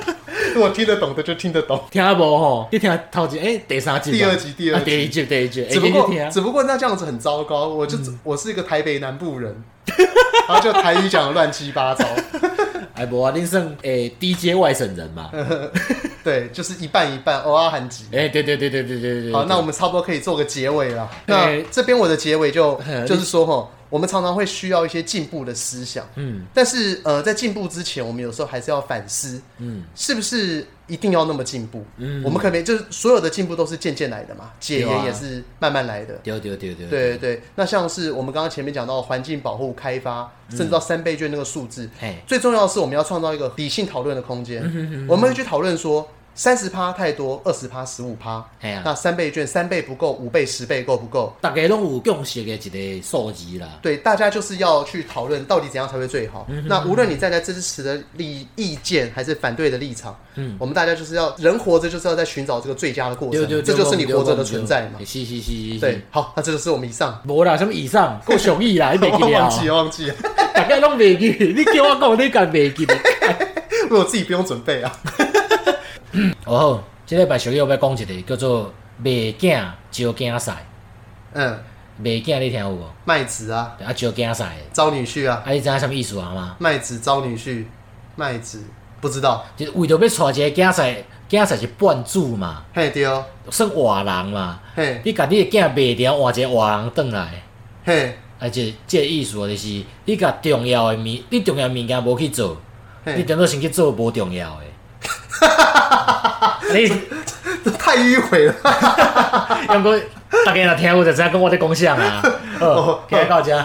Speaker 2: 如果听得懂的就听得懂。
Speaker 1: 听无吼，你听头一诶第三集吧，
Speaker 2: 第二集第二
Speaker 1: 啊
Speaker 2: 集
Speaker 1: 第一集，第一集，
Speaker 2: 只不
Speaker 1: 哎
Speaker 2: 过
Speaker 1: 你去听嗯
Speaker 2: 只不过那这样子很糟糕，我就、我是一个台北南部人，然后就台语讲的乱七八糟，
Speaker 1: 哎无啊，恁算诶低阶外省人嘛？
Speaker 2: 嗯对，就是一半一半，偶尔喊几。
Speaker 1: 哎，对对对对对对对。
Speaker 2: 好，
Speaker 1: 对
Speaker 2: 那我们差不多可以做个结尾了。那
Speaker 1: 对
Speaker 2: 这边我的结 尾就
Speaker 1: 嗯
Speaker 2: 就是说哈，我们常常会需要一些进步的思想，
Speaker 1: 嗯
Speaker 2: 但是呃，在进步之前，我们有时候还是要反思，
Speaker 1: 嗯
Speaker 2: 是不是一定要那么进步？
Speaker 1: 嗯
Speaker 2: 我们可没就是所有的进步都是渐渐来的嘛，解
Speaker 1: 对
Speaker 2: 严
Speaker 1: 啊
Speaker 2: 也是慢慢来的。
Speaker 1: 对对对对
Speaker 2: 对对对，那像是我们刚刚前面讲到的环境保护、开发，甚至到三倍券那个数字，
Speaker 1: 嗯嘿嗯
Speaker 2: 最重要的是我们要创造一个理性讨论的空间。我们会去讨论说，三十趴太多，二十趴、十五趴
Speaker 1: 嘿啊，
Speaker 2: 那三倍券三倍不够，五倍、十倍够不够？
Speaker 1: 大家拢有共识的一个数字啦。
Speaker 2: 对，大家就是要去讨论到底怎样才会最好。
Speaker 1: 嗯
Speaker 2: 那无论你站在支持的立意见还是反对的立场，
Speaker 1: 嗯
Speaker 2: 我们大家就是要人活着就是要在寻找这个最佳的过
Speaker 1: 对
Speaker 2: 程，
Speaker 1: 对，
Speaker 2: 这
Speaker 1: 对
Speaker 2: 就是你活着的存在嘛
Speaker 1: 对。是是是是。
Speaker 2: 对
Speaker 1: 是，，
Speaker 2: 好，那这就是我们以上。
Speaker 1: 无啦，什么以上够上亿啦，你 袂记
Speaker 2: 忘
Speaker 1: 得啊
Speaker 2: 忘？记了忘记了。
Speaker 1: 大家拢袂记，你叫我讲，你敢袂记得？
Speaker 2: 因为我自己不用准备啊。
Speaker 1: 哦，即礼拜小友要讲一个叫做袂惊招惊赛，
Speaker 2: 嗯，
Speaker 1: 袂惊你听有无？
Speaker 2: 麦子啊，
Speaker 1: 啊，招惊赛的，
Speaker 2: 招女婿啊，
Speaker 1: 啊，你知影什么意思啊吗？
Speaker 2: 麦子招女婿，麦子不知道，
Speaker 1: 就是为着要娶一个囝婿，囝婿是半主嘛，
Speaker 2: 嘿对哦，
Speaker 1: 算活人嘛。
Speaker 2: 嘿
Speaker 1: 你甲你的囝卖掉，换一个活人转来，
Speaker 2: 嘿
Speaker 1: 啊，即即个意思就是你甲重要的物，你重要的物件无去做，你
Speaker 2: 嘿，
Speaker 1: 顶多先去做无重要的。你
Speaker 2: 这 太迂回了。
Speaker 1: 用过大家若听有就知影讲我在讲啥啊。好，今日到遮，